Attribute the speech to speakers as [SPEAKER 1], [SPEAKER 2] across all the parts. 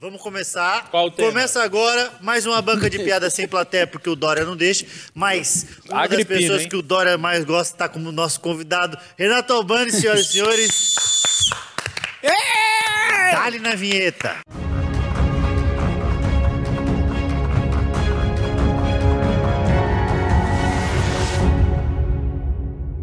[SPEAKER 1] Vamos começar.
[SPEAKER 2] Qual o tema?
[SPEAKER 1] Começa agora mais uma banca de piada sem plateia, porque o Dória não deixa. Mas uma
[SPEAKER 2] Agripino,
[SPEAKER 1] das pessoas
[SPEAKER 2] hein?
[SPEAKER 1] que o Dória mais gosta está como nosso convidado, Renato Albani, senhoras e senhores. Dá-lhe na vinheta.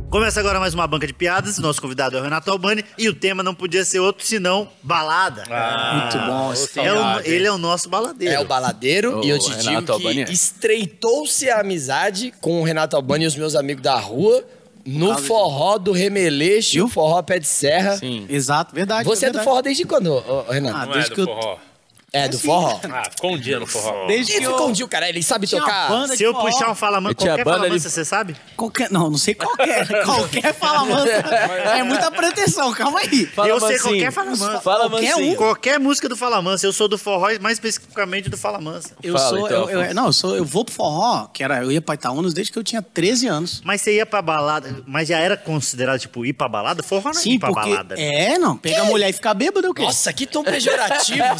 [SPEAKER 1] Começa agora mais uma banca de piadas. Nosso convidado é o Renato Albani e o tema não podia ser outro senão balada.
[SPEAKER 2] Ah,
[SPEAKER 3] Muito
[SPEAKER 4] Ah,
[SPEAKER 3] bom. esse
[SPEAKER 1] É o-
[SPEAKER 2] Saudade, hein?
[SPEAKER 1] ele é o nosso baladeiro.
[SPEAKER 3] É o baladeiro
[SPEAKER 4] Ô,
[SPEAKER 3] e eu te
[SPEAKER 4] Renato
[SPEAKER 3] digo que
[SPEAKER 4] Albani.
[SPEAKER 3] estreitou-se a amizade com o Renato Albani e os meus amigos da rua no forró do Remeleixo, o forró Pé de Serra.
[SPEAKER 4] Sim.
[SPEAKER 5] Exato, verdade.
[SPEAKER 3] Você é do
[SPEAKER 5] Ah, verdade.
[SPEAKER 3] forró desde quando, ô, ô,
[SPEAKER 5] Ah, assim,
[SPEAKER 3] Renato?
[SPEAKER 2] Não
[SPEAKER 5] desde
[SPEAKER 2] é
[SPEAKER 5] que
[SPEAKER 2] do
[SPEAKER 5] eu-
[SPEAKER 2] forró.
[SPEAKER 3] é do forró?
[SPEAKER 2] Ah, ficou um dia no forró.
[SPEAKER 5] Desde
[SPEAKER 3] Ele
[SPEAKER 5] que eu...
[SPEAKER 3] ficou um dia, cara, ele sabe
[SPEAKER 5] Tinha uma
[SPEAKER 3] tocar.
[SPEAKER 5] banda
[SPEAKER 1] Se eu
[SPEAKER 5] de forró.
[SPEAKER 1] puxar um falamanca,
[SPEAKER 4] Eu tinha
[SPEAKER 1] qualquer
[SPEAKER 4] banda
[SPEAKER 1] falamanca,
[SPEAKER 4] ali-
[SPEAKER 1] você sabe?
[SPEAKER 5] Qualquer... Não, não sei qualquer. qualquer falamanca. É muita pretensão, calma aí.
[SPEAKER 4] Fala,
[SPEAKER 1] eu sei
[SPEAKER 4] Mancinho.
[SPEAKER 1] qualquer falamança.
[SPEAKER 4] Fala,
[SPEAKER 5] Qualquer
[SPEAKER 4] Mancinho.
[SPEAKER 1] Qualquer um. música do Falamansa. Eu sou do forró, e mais especificamente do Falamansa.
[SPEAKER 5] Eu
[SPEAKER 4] Fala,
[SPEAKER 5] sou...
[SPEAKER 4] então,
[SPEAKER 5] eu- eu-
[SPEAKER 4] Afonso.
[SPEAKER 5] não, eu sou... Eu vou pro forró, que era... Eu ia pra Itaúnas desde que eu tinha 13 anos.
[SPEAKER 1] Mas você ia pra balada, mas já era considerado, tipo, ir pra balada? Forró não é
[SPEAKER 5] Sim,
[SPEAKER 1] ir pra
[SPEAKER 5] porque...
[SPEAKER 1] balada. né?
[SPEAKER 5] É, não. Pegar a mulher e ficar bêbado é o quê?
[SPEAKER 3] Nossa, que tom pejorativo.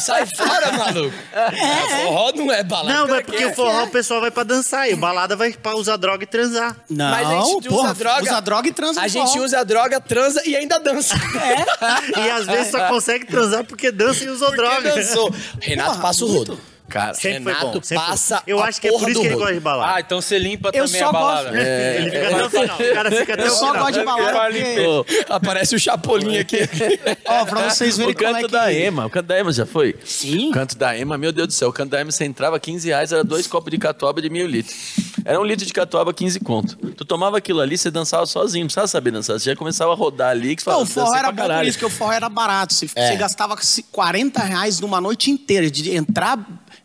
[SPEAKER 3] Sai fora, maluco.
[SPEAKER 5] É,
[SPEAKER 3] Forró não é balada.
[SPEAKER 1] Não, mas porque o forró o pessoal vai pra dançar e o balada vai pra usar droga e transar.
[SPEAKER 5] Não,
[SPEAKER 3] Mas a gente
[SPEAKER 5] porra,
[SPEAKER 3] usa droga.
[SPEAKER 5] usa droga e transa
[SPEAKER 3] A
[SPEAKER 5] no
[SPEAKER 3] gente
[SPEAKER 5] forró. É.
[SPEAKER 3] usa droga, transa e ainda dança.
[SPEAKER 1] E às vezes só consegue transar porque dança e usou
[SPEAKER 3] Porque
[SPEAKER 1] droga.
[SPEAKER 3] dançou. Renato
[SPEAKER 5] Porra,
[SPEAKER 3] passa o rodo.
[SPEAKER 5] muito.
[SPEAKER 4] Cara,
[SPEAKER 1] Sempre foi
[SPEAKER 3] Renato
[SPEAKER 1] bom. sempre foi bom.
[SPEAKER 3] passa
[SPEAKER 1] Eu
[SPEAKER 3] a
[SPEAKER 1] acho que é por
[SPEAKER 3] porra
[SPEAKER 1] isso que
[SPEAKER 3] do é.
[SPEAKER 1] ele
[SPEAKER 3] rolo.
[SPEAKER 1] gosta de balada.
[SPEAKER 2] Ah, então você limpa
[SPEAKER 5] Eu
[SPEAKER 2] também
[SPEAKER 5] só
[SPEAKER 2] a balada.
[SPEAKER 5] gosto-
[SPEAKER 1] ele fica até o final. O cara fica até
[SPEAKER 5] Eu
[SPEAKER 1] o
[SPEAKER 5] só
[SPEAKER 1] final.
[SPEAKER 5] gosto de balada porque...
[SPEAKER 4] Ô,
[SPEAKER 3] Aparece o Chapolin aqui.
[SPEAKER 5] Ó, pra vocês verem
[SPEAKER 4] o
[SPEAKER 5] como é
[SPEAKER 4] canto
[SPEAKER 5] que...
[SPEAKER 4] da Ema, o canto da Ema já foi?
[SPEAKER 5] Sim.
[SPEAKER 4] O canto da Ema, meu Deus do céu, o canto da Ema você entrava 15 reais, era dois copos de catuaba de meio litro. Era um litro de catuaba, 15 conto. Tu tomava aquilo ali, você dançava sozinho, não precisava saber dançar. Você já começava a rodar ali, que você
[SPEAKER 5] Não,
[SPEAKER 4] falava,
[SPEAKER 5] o forró
[SPEAKER 4] "Dancei
[SPEAKER 5] era
[SPEAKER 4] pra
[SPEAKER 5] bom por
[SPEAKER 4] caralho."
[SPEAKER 5] isso, porque o forró era barato. Você,
[SPEAKER 3] É.
[SPEAKER 5] você gastava 40 reais numa noite inteira de entrar,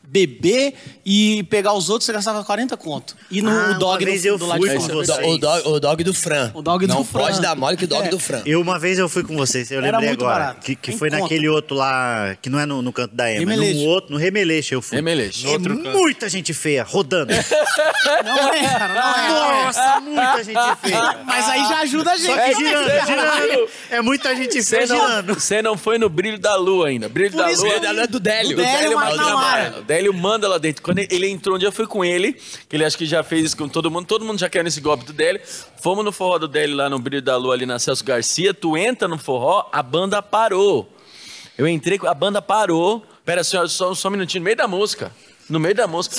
[SPEAKER 5] beber e pegar os outros, você gastava 40 conto. E no
[SPEAKER 1] Ah,
[SPEAKER 5] o dog
[SPEAKER 1] uma vez
[SPEAKER 5] do,
[SPEAKER 1] eu
[SPEAKER 5] do
[SPEAKER 1] fui
[SPEAKER 5] lado de
[SPEAKER 1] com
[SPEAKER 5] fora.
[SPEAKER 1] você.
[SPEAKER 3] O dog, o dog do Fran.
[SPEAKER 5] O dog do
[SPEAKER 3] não
[SPEAKER 5] Fran.
[SPEAKER 3] Não pode dar mole que o dog
[SPEAKER 5] É.
[SPEAKER 3] do Fran.
[SPEAKER 1] Eu uma vez eu fui com vocês, eu
[SPEAKER 5] Era
[SPEAKER 1] lembrei
[SPEAKER 5] muito
[SPEAKER 1] agora.
[SPEAKER 5] barato.
[SPEAKER 1] Que, que
[SPEAKER 5] Em
[SPEAKER 1] foi
[SPEAKER 5] conta.
[SPEAKER 1] naquele outro lá, que não é no, no canto da Ema, é
[SPEAKER 5] Remeleixo.
[SPEAKER 1] no outro, no Remeleixo eu fui.
[SPEAKER 4] Remeleixo.
[SPEAKER 1] E muita gente feia, rodando.
[SPEAKER 5] Não é, cara, não é. não é.
[SPEAKER 1] Nossa, muita gente feia.
[SPEAKER 5] Mas aí já ajuda a gente.
[SPEAKER 1] é. Só que
[SPEAKER 5] né?
[SPEAKER 1] girando, é girando. É muita gente feia
[SPEAKER 4] Você não,
[SPEAKER 1] girando.
[SPEAKER 4] você não foi no brilho da lua ainda. Brilho
[SPEAKER 5] Por
[SPEAKER 4] da
[SPEAKER 5] isso
[SPEAKER 4] lua.
[SPEAKER 5] que eu-
[SPEAKER 4] da lua é do
[SPEAKER 5] do
[SPEAKER 4] Délio.
[SPEAKER 5] Délio
[SPEAKER 1] né,
[SPEAKER 5] Manauara.
[SPEAKER 4] manda- O Délio manda lá dentro. Quando ele- ele entrou, um dia eu fui com ele, que ele acho que já fez isso com todo mundo. Todo mundo já caiu nesse golpe do Délio. Fomos no forró do Délio lá no brilho da lua, ali na Celso Garcia. Tu entra no forró, a banda parou. Eu entrei, a banda parou. Pera, senhora, só, só um minutinho. No meio da música. No meio da música.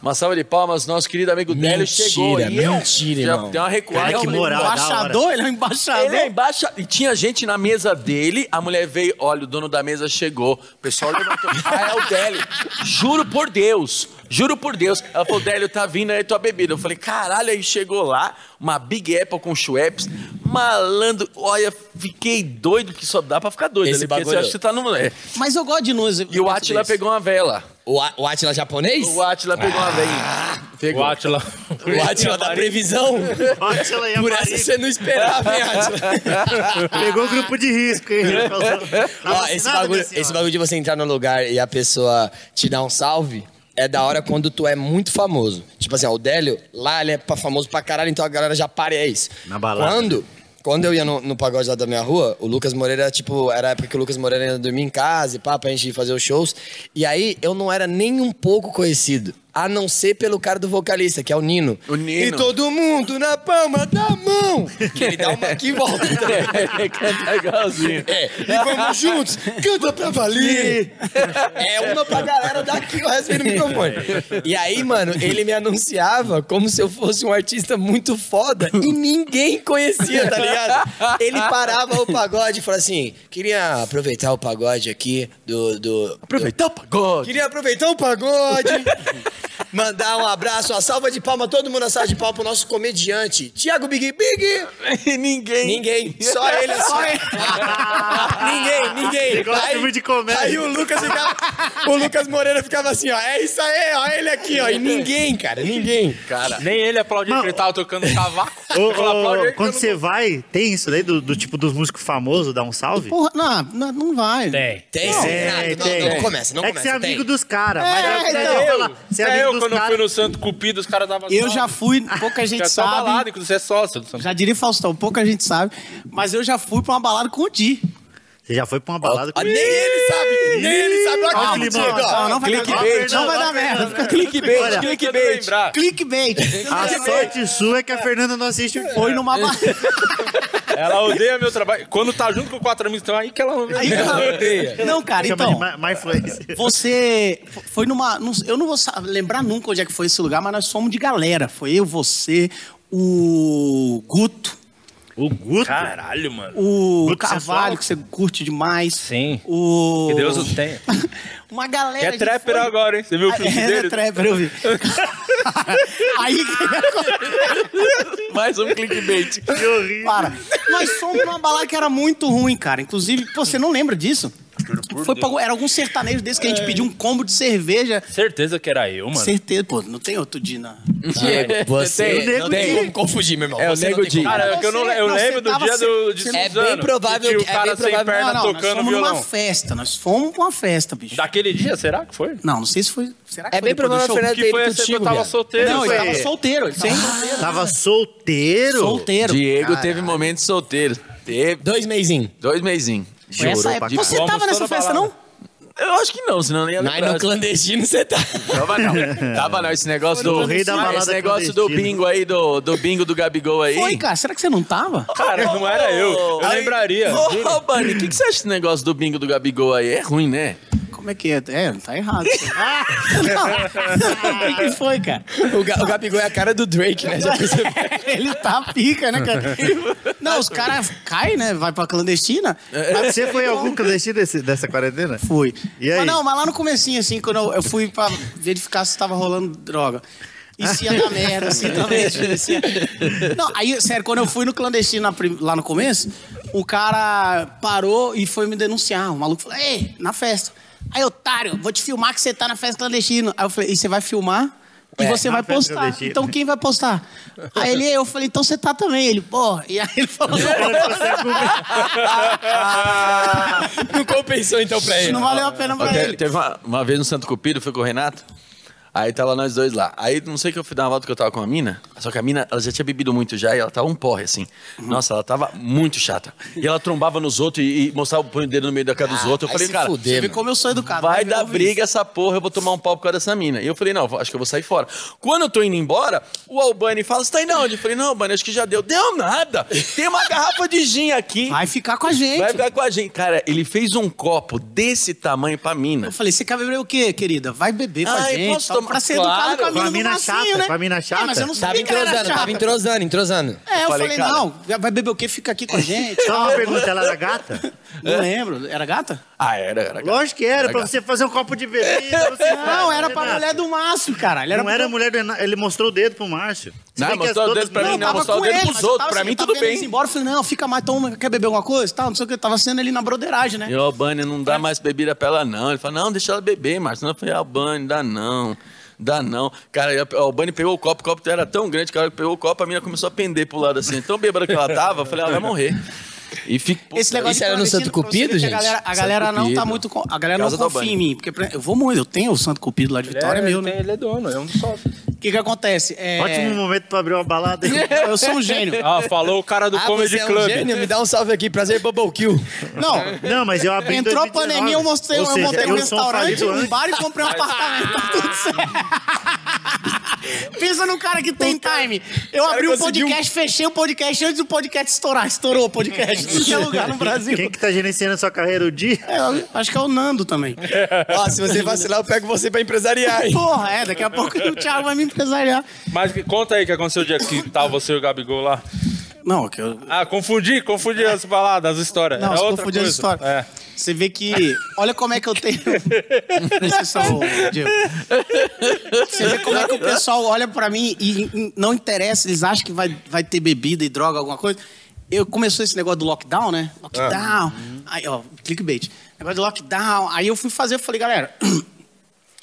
[SPEAKER 4] Uma salva de palmas, nosso querido amigo Délio
[SPEAKER 3] Mentira,
[SPEAKER 4] chegou. E eu
[SPEAKER 3] mentira,
[SPEAKER 4] já
[SPEAKER 3] irmão.
[SPEAKER 4] deu uma recuada.
[SPEAKER 1] Cara, que
[SPEAKER 4] Eu falei,
[SPEAKER 1] moral.
[SPEAKER 5] Embaixador, ele é um embaixador.
[SPEAKER 4] ele é embaixo. E tinha gente na mesa dele. A mulher veio, olha, o dono da mesa chegou. O pessoal levantou. ah, é o Délio. Juro por Deus. Juro por Deus. Ela falou, Délio, tá vindo aí tua bebida. Eu falei, caralho, aí chegou lá, uma Big Apple com Schweppes. Malandro, olha, fiquei doido, que só dá pra ficar doido.
[SPEAKER 3] Esse
[SPEAKER 4] né? Porque
[SPEAKER 3] bagulho.
[SPEAKER 4] você acha que você tá no. é.
[SPEAKER 5] Mas eu gosto de nós.
[SPEAKER 4] E o Atila pegou uma vela.
[SPEAKER 3] O, A- o Atila japonês?
[SPEAKER 4] O Atila pegou uma vela.
[SPEAKER 2] O
[SPEAKER 4] Pegou.
[SPEAKER 2] Atila.
[SPEAKER 3] O Atila da previsão?
[SPEAKER 1] Olha se ela ia
[SPEAKER 3] Por
[SPEAKER 1] parir.
[SPEAKER 3] essa você não esperava, hein, Atila?
[SPEAKER 1] Pegou o grupo de risco, hein? Tá
[SPEAKER 3] Ó,
[SPEAKER 1] vacinada,
[SPEAKER 3] esse,
[SPEAKER 1] minha
[SPEAKER 3] bagulho,
[SPEAKER 1] senhora?
[SPEAKER 3] esse bagulho de você entrar no lugar e a pessoa te dar um salve é da hora quando tu é muito famoso. Tipo assim, ó, o Délio, lá ele é pra- famoso pra caralho, então a galera já pare, é isso.
[SPEAKER 1] Na balada.
[SPEAKER 3] Quando, quando eu ia no, no pagode lá da minha rua, o Lucas Moreira, tipo, era a época que o Lucas Moreira ainda dormia em casa e pá, pra gente ir fazer os shows. E aí eu não era nem um pouco conhecido. A não ser pelo cara do vocalista, que é o Nino.
[SPEAKER 4] O Nino.
[SPEAKER 3] E todo mundo na palma da mão. Que ele dá uma que volta.
[SPEAKER 4] Canta igualzinho.
[SPEAKER 3] É, e vamos juntos, canta pra valer. É uma pra galera daqui, o resto vem no microfone. E aí, mano, ele me anunciava como se eu fosse um artista muito foda e ninguém conhecia, tá ligado? Ele parava o pagode e falava assim, queria aproveitar o pagode aqui do... do
[SPEAKER 4] Aproveitar o pagode.
[SPEAKER 3] Queria aproveitar o pagode. Mandar um abraço, uma salva de palma, todo mundo na salva de palma pro nosso comediante, Thiago Big Big.
[SPEAKER 4] Ninguém.
[SPEAKER 3] Ninguém. Só ele assim. ninguém, ninguém.
[SPEAKER 1] Ele gosta de filme de comédia.
[SPEAKER 3] Aí o Lucas ficava. o Lucas Moreira ficava assim, ó. É isso aí, ó. Ele aqui, ó. E ninguém, cara. Ninguém.
[SPEAKER 4] Cara.
[SPEAKER 2] Nem ele aplaudiu
[SPEAKER 1] Não.
[SPEAKER 2] porque ele tava tocando cavaco.
[SPEAKER 1] Ô,
[SPEAKER 2] Ele falou,
[SPEAKER 1] ô,
[SPEAKER 2] "Aplaude aí que
[SPEAKER 1] quando
[SPEAKER 2] eu não
[SPEAKER 1] você vai, tem isso daí do, do tipo dos músicos famosos, dar um salve?
[SPEAKER 5] Porra, não, não, não vai.
[SPEAKER 4] É.
[SPEAKER 2] Tem.
[SPEAKER 3] Tem, sim, Renato, é não, não, começa, não
[SPEAKER 1] é que
[SPEAKER 3] começa.
[SPEAKER 1] você é amigo
[SPEAKER 3] tem.
[SPEAKER 1] dos caras.
[SPEAKER 5] É,
[SPEAKER 1] mas é o que você
[SPEAKER 5] então.
[SPEAKER 1] ia falar. Você
[SPEAKER 2] Até
[SPEAKER 1] é
[SPEAKER 2] eu,
[SPEAKER 1] amigo
[SPEAKER 2] quando
[SPEAKER 1] dos
[SPEAKER 2] eu fui
[SPEAKER 1] caras.
[SPEAKER 2] no Santo Cupido, os caras davam
[SPEAKER 5] Eu
[SPEAKER 2] salve.
[SPEAKER 5] já fui, pouca gente
[SPEAKER 2] Já tá
[SPEAKER 5] sabe.
[SPEAKER 2] balado, inclusive você é sócio do Santo
[SPEAKER 5] Já diria Faustão, pouca gente sabe. Mas eu já fui pra uma balada com o Di.
[SPEAKER 1] Você já foi pra uma balada
[SPEAKER 3] Ó, nem ele sabe, nem ele sabe. Olha
[SPEAKER 1] Calma,
[SPEAKER 3] aqui, Diego, ó.
[SPEAKER 1] calma,
[SPEAKER 5] não vai dar-
[SPEAKER 4] clickbait.
[SPEAKER 5] ó, Fernando, Não vai dar
[SPEAKER 1] ó,
[SPEAKER 5] merda.
[SPEAKER 1] Fernando.
[SPEAKER 5] Fica
[SPEAKER 4] Clickbait,
[SPEAKER 1] Olha,
[SPEAKER 4] clickbait.
[SPEAKER 2] Lembrar.
[SPEAKER 5] clickbait.
[SPEAKER 2] Ah,
[SPEAKER 1] A sorte sua é que a Fernanda não assiste o
[SPEAKER 5] Foi numa ba-
[SPEAKER 2] Ela odeia meu trabalho. Quando tá junto com quatro amigos, então aí que ela não
[SPEAKER 5] Aí, cara,
[SPEAKER 3] odeia.
[SPEAKER 5] Não, cara,
[SPEAKER 1] Chama
[SPEAKER 5] então.
[SPEAKER 1] de má, má influência.
[SPEAKER 5] Você f- foi numa. não- Eu não vou sa- lembrar nunca onde é que foi esse lugar, mas nós fomos de galera. Foi eu, você, o Guto,
[SPEAKER 1] O Guto.
[SPEAKER 2] Caralho, mano.
[SPEAKER 5] o
[SPEAKER 1] Guto sensual?
[SPEAKER 5] Carvalho, que você curte demais.
[SPEAKER 2] Sim.
[SPEAKER 5] O...
[SPEAKER 2] Que Deus o tenha.
[SPEAKER 5] Uma galera.
[SPEAKER 2] É
[SPEAKER 5] de
[SPEAKER 2] trapper
[SPEAKER 5] foi-
[SPEAKER 2] agora, hein? Você viu o
[SPEAKER 5] Ah,
[SPEAKER 2] filme
[SPEAKER 5] é,
[SPEAKER 2] dele?
[SPEAKER 5] É trapper, eu vi. Aí
[SPEAKER 4] Mais um clickbait.
[SPEAKER 1] Que horrível.
[SPEAKER 5] Para. Nós fomos numa balada que era muito ruim, cara. Inclusive, pô, você não lembra disso? Foi pra- era algum sertanejo desse que a gente pediu um combo de cerveja.
[SPEAKER 2] Certeza que era eu, É. mano.
[SPEAKER 5] Certeza, pô, não tem outro dia, não.
[SPEAKER 3] Diego, você
[SPEAKER 1] Tem,
[SPEAKER 3] não
[SPEAKER 1] tem.
[SPEAKER 3] tem como confundir, meu irmão.
[SPEAKER 4] É, o
[SPEAKER 3] Você não
[SPEAKER 4] Nego
[SPEAKER 3] tem como-
[SPEAKER 4] Di.
[SPEAKER 2] Cara, é que eu, não, eu
[SPEAKER 5] Você-
[SPEAKER 2] lembro
[SPEAKER 5] você
[SPEAKER 2] do dia
[SPEAKER 5] tava
[SPEAKER 2] do, de
[SPEAKER 5] sem-
[SPEAKER 3] É
[SPEAKER 2] Suzano,
[SPEAKER 3] bem provável
[SPEAKER 2] que tinha
[SPEAKER 3] que-
[SPEAKER 2] o
[SPEAKER 3] é
[SPEAKER 2] cara
[SPEAKER 3] bem
[SPEAKER 2] sem
[SPEAKER 3] provável-
[SPEAKER 2] perna
[SPEAKER 5] não, não, nós
[SPEAKER 2] tocando
[SPEAKER 5] fomos
[SPEAKER 2] violão.
[SPEAKER 5] numa festa. Nós fomos pra uma festa, bicho.
[SPEAKER 2] Daquele dia, será que foi?
[SPEAKER 5] Não, não sei se foi. Será que
[SPEAKER 3] É
[SPEAKER 5] foi
[SPEAKER 3] bem
[SPEAKER 5] depois do
[SPEAKER 3] provável
[SPEAKER 5] show?
[SPEAKER 3] Fernando
[SPEAKER 2] Que foi
[SPEAKER 3] ter ido
[SPEAKER 2] essa que eu
[SPEAKER 3] contigo,
[SPEAKER 2] tava
[SPEAKER 3] viado.
[SPEAKER 2] solteiro.
[SPEAKER 5] Não, ele
[SPEAKER 2] foi.
[SPEAKER 5] tava é solteiro. Ele tava
[SPEAKER 1] Tava solteiro?
[SPEAKER 5] solteiro.
[SPEAKER 4] Diego teve momentos solteiros. Teve
[SPEAKER 3] Dois meizinhos.
[SPEAKER 4] dois meizinhos.
[SPEAKER 5] Foi essa época. Você
[SPEAKER 2] Fomos
[SPEAKER 5] tava nessa
[SPEAKER 2] toda
[SPEAKER 5] festa,
[SPEAKER 2] balada.
[SPEAKER 5] não?
[SPEAKER 4] Eu acho que não, senão eu não ia
[SPEAKER 3] Mas
[SPEAKER 4] lembrar.
[SPEAKER 3] no clandestino você tá.
[SPEAKER 4] Tava não. Tava não. Esse negócio do.
[SPEAKER 1] O É. rei da balada
[SPEAKER 4] esse negócio do
[SPEAKER 1] clandestina.
[SPEAKER 4] bingo aí, do, do bingo do Gabigol aí.
[SPEAKER 5] Foi, cara. Será que você não tava?
[SPEAKER 2] Cara, não era eu. Eu
[SPEAKER 4] Aí-
[SPEAKER 2] lembraria.
[SPEAKER 4] Ô, oh, Bunny, o que, que você acha desse negócio do bingo do Gabigol aí? É ruim, né?
[SPEAKER 5] Como é que é? É, tá errado. Não. O que, que foi, cara?
[SPEAKER 3] O, Ga- o Gabigol é a cara do Drake, né? Já percebeu?
[SPEAKER 5] Ele tá pica, né, cara? Não, os caras caem, né? Vai pra clandestina.
[SPEAKER 1] Mas Você foi em algum clandestino desse- dessa quarentena?
[SPEAKER 5] Fui.
[SPEAKER 1] E aí?
[SPEAKER 5] Mas não, mas lá no comecinho, assim, quando eu, eu fui pra verificar se tava rolando droga. E se ia dar merda, se talvez. se ia- Não, aí, sério, quando eu fui no clandestino na prim- lá no começo, o cara parou e foi me denunciar. O maluco falou, ei, na festa. Aí, otário, vou te filmar que você tá na festa clandestina. Aí eu falei, e você vai filmar? E
[SPEAKER 3] É,
[SPEAKER 5] você
[SPEAKER 1] na
[SPEAKER 5] vai
[SPEAKER 1] festa
[SPEAKER 5] postar.
[SPEAKER 1] clandestina.
[SPEAKER 5] Então quem vai postar? Aí ele, eu falei, então você tá também. Ele, porra. E aí ele falou, não,
[SPEAKER 1] é
[SPEAKER 3] Não compensou então pra ele.
[SPEAKER 5] não valeu a pena pra
[SPEAKER 4] Te-
[SPEAKER 5] ele.
[SPEAKER 4] Teve uma, uma vez no Santo Cupido, fui com o Renato. Aí tava nós dois lá. Aí não sei que eu fui dar uma volta que eu tava com a mina. Só que a mina, ela já tinha bebido muito já e ela tava um porre, assim. Nossa, ela tava muito chata. E ela trombava nos outros e, e mostrava o punho dele no meio da cara dos outros. Eu
[SPEAKER 3] vai
[SPEAKER 4] falei,
[SPEAKER 3] se
[SPEAKER 4] cara,
[SPEAKER 3] fuder,
[SPEAKER 5] Você vê como eu sou educado.
[SPEAKER 4] um Vai
[SPEAKER 5] né?
[SPEAKER 4] dar
[SPEAKER 5] Eu vi
[SPEAKER 4] briga essa porra, eu vou tomar um pau por causa dessa mina. E eu falei, não, vou- acho que eu vou sair fora. Quando eu tô indo embora, o Albani fala, você tá indo aonde? Eu falei, não, Albani, acho que já deu. Deu nada! Tem uma garrafa de gin aqui.
[SPEAKER 5] Vai ficar com a gente.
[SPEAKER 4] Vai ficar com a gente. Cara, ele fez um copo desse tamanho pra mina.
[SPEAKER 5] Eu falei, você quer beber o quê, querida? Vai beber com a
[SPEAKER 4] Ai,
[SPEAKER 5] gente.
[SPEAKER 4] Ah, posso
[SPEAKER 5] tal,
[SPEAKER 4] tomar?
[SPEAKER 5] Pra ser
[SPEAKER 4] Claro,
[SPEAKER 5] educado com a
[SPEAKER 1] com a
[SPEAKER 5] mina, do
[SPEAKER 1] mina
[SPEAKER 5] bracinho,
[SPEAKER 1] chata,
[SPEAKER 5] né?
[SPEAKER 1] com a mina
[SPEAKER 5] É, mas eu não
[SPEAKER 3] Tava
[SPEAKER 5] sabia que ela era
[SPEAKER 3] entrosando,
[SPEAKER 5] chata.
[SPEAKER 3] tava entrosando, entrosando.
[SPEAKER 5] É, eu
[SPEAKER 4] Falei,
[SPEAKER 5] falei,
[SPEAKER 4] cara-
[SPEAKER 5] não, vai beber o quê? Fica aqui com a gente.
[SPEAKER 1] Só uma pergunta, ela era gata?
[SPEAKER 4] É.
[SPEAKER 5] não lembro. Era gata?
[SPEAKER 4] Ah, era, era.
[SPEAKER 1] Lógico que era, pra você fazer um copo de bebida.
[SPEAKER 4] É,
[SPEAKER 1] você
[SPEAKER 5] Não,
[SPEAKER 1] faz,
[SPEAKER 5] era
[SPEAKER 1] né,
[SPEAKER 5] pra
[SPEAKER 1] Renato?
[SPEAKER 5] mulher do Márcio, caralho. Era
[SPEAKER 1] Não era a mulher do Renato, ele mostrou o dedo pro Márcio. Se
[SPEAKER 4] Não,
[SPEAKER 1] bem que
[SPEAKER 4] mostrou
[SPEAKER 1] as
[SPEAKER 4] o dedo
[SPEAKER 1] todas-
[SPEAKER 4] pra mim, não,
[SPEAKER 5] tava
[SPEAKER 4] mostrou o
[SPEAKER 5] com
[SPEAKER 4] dedo
[SPEAKER 5] ele,
[SPEAKER 4] pros
[SPEAKER 5] mas eu
[SPEAKER 4] outros,
[SPEAKER 5] tava
[SPEAKER 4] pra
[SPEAKER 5] assim,
[SPEAKER 4] mim
[SPEAKER 5] eu tava
[SPEAKER 4] tudo
[SPEAKER 5] vendo
[SPEAKER 4] bem.
[SPEAKER 5] eles embora, eu falei, não, fica mais, toma, quer beber alguma coisa? Tal, não sei o que, tava sendo ali na broderagem, né?
[SPEAKER 4] E o Albani não dá mais bebida pra ela, não. Ele falou, não, deixa ela beber, Márcio. Eu falei, Albani, dá não. Dá não. Cara, e o Albani pegou o copo, o copo era tão grande que a hora que pegou o copo, a mina começou a pender pro lado assim. Tão bêbada que ela tava, eu falei, ela vai morrer. E ficou.
[SPEAKER 5] Esse negócio
[SPEAKER 3] Isso
[SPEAKER 5] de
[SPEAKER 3] era no
[SPEAKER 5] clandestino,
[SPEAKER 3] Santo
[SPEAKER 5] pra você ver
[SPEAKER 3] Cupido,
[SPEAKER 5] que
[SPEAKER 3] gente?
[SPEAKER 5] A galera, a
[SPEAKER 4] Santo
[SPEAKER 5] galera não tá
[SPEAKER 4] Cupido.
[SPEAKER 5] muito. con- A galera não
[SPEAKER 4] Casa do
[SPEAKER 5] confia
[SPEAKER 4] Albani.
[SPEAKER 5] em mim. Porque pra- eu vou muito, eu tenho o Santo Cupido lá de Vitória, é meu, né?
[SPEAKER 2] Ele é dono, é um dos sócios.
[SPEAKER 5] O que que acontece? É,
[SPEAKER 1] Ótimo momento pra abrir uma balada.
[SPEAKER 5] Eu sou um gênio.
[SPEAKER 2] Ah, falou o cara do
[SPEAKER 3] Ah,
[SPEAKER 2] Comedy
[SPEAKER 3] você é um
[SPEAKER 2] Club.
[SPEAKER 3] gênio? Me dá um salve aqui, prazer, Bubble Kill.
[SPEAKER 5] Não,
[SPEAKER 1] Não, mas eu abri em
[SPEAKER 5] Entrou a
[SPEAKER 1] 2019.
[SPEAKER 5] pandemia, eu, mostrei,
[SPEAKER 1] Ou
[SPEAKER 5] eu
[SPEAKER 1] seja, é
[SPEAKER 5] montei um
[SPEAKER 1] eu sou
[SPEAKER 5] restaurante,
[SPEAKER 1] falido
[SPEAKER 5] um
[SPEAKER 1] antes.
[SPEAKER 5] bar e comprei um apartamento. Tá tudo certo. Pensa num cara que tem time. Eu abri um
[SPEAKER 3] conseguiu-
[SPEAKER 5] podcast, fechei o podcast antes do podcast estourar. Estourou o podcast. Não tinha lugar no Brasil.
[SPEAKER 1] Quem que tá gerenciando a sua carreira o dia?
[SPEAKER 5] É, eu acho que é o Nando também.
[SPEAKER 3] Ó, se você vacilar, eu pego você pra empresariar, hein?
[SPEAKER 5] Porra, é, daqui a pouco o Thiago vai me empresariar.
[SPEAKER 2] Mas que- conta aí o que aconteceu o dia que tava você e o Gabigol lá.
[SPEAKER 5] Não, é que eu.
[SPEAKER 2] Ah, confundi, confundi as baladas, as histórias.
[SPEAKER 5] Não,
[SPEAKER 2] é
[SPEAKER 5] você
[SPEAKER 2] outra
[SPEAKER 5] confundiu
[SPEAKER 2] coisa.
[SPEAKER 5] as histórias.
[SPEAKER 2] É.
[SPEAKER 5] Você vê que. Olha como é que eu tenho. Presta atenção, Diego. Você vê como é que o pessoal olha pra mim e e não interessa, eles acham que vai, vai ter bebida e droga, alguma coisa. Eu começou esse negócio do lockdown, né?
[SPEAKER 2] Ah.
[SPEAKER 5] Lockdown. Aí, ó, clickbait. Negócio do lockdown. Aí eu fui fazer, eu falei, galera.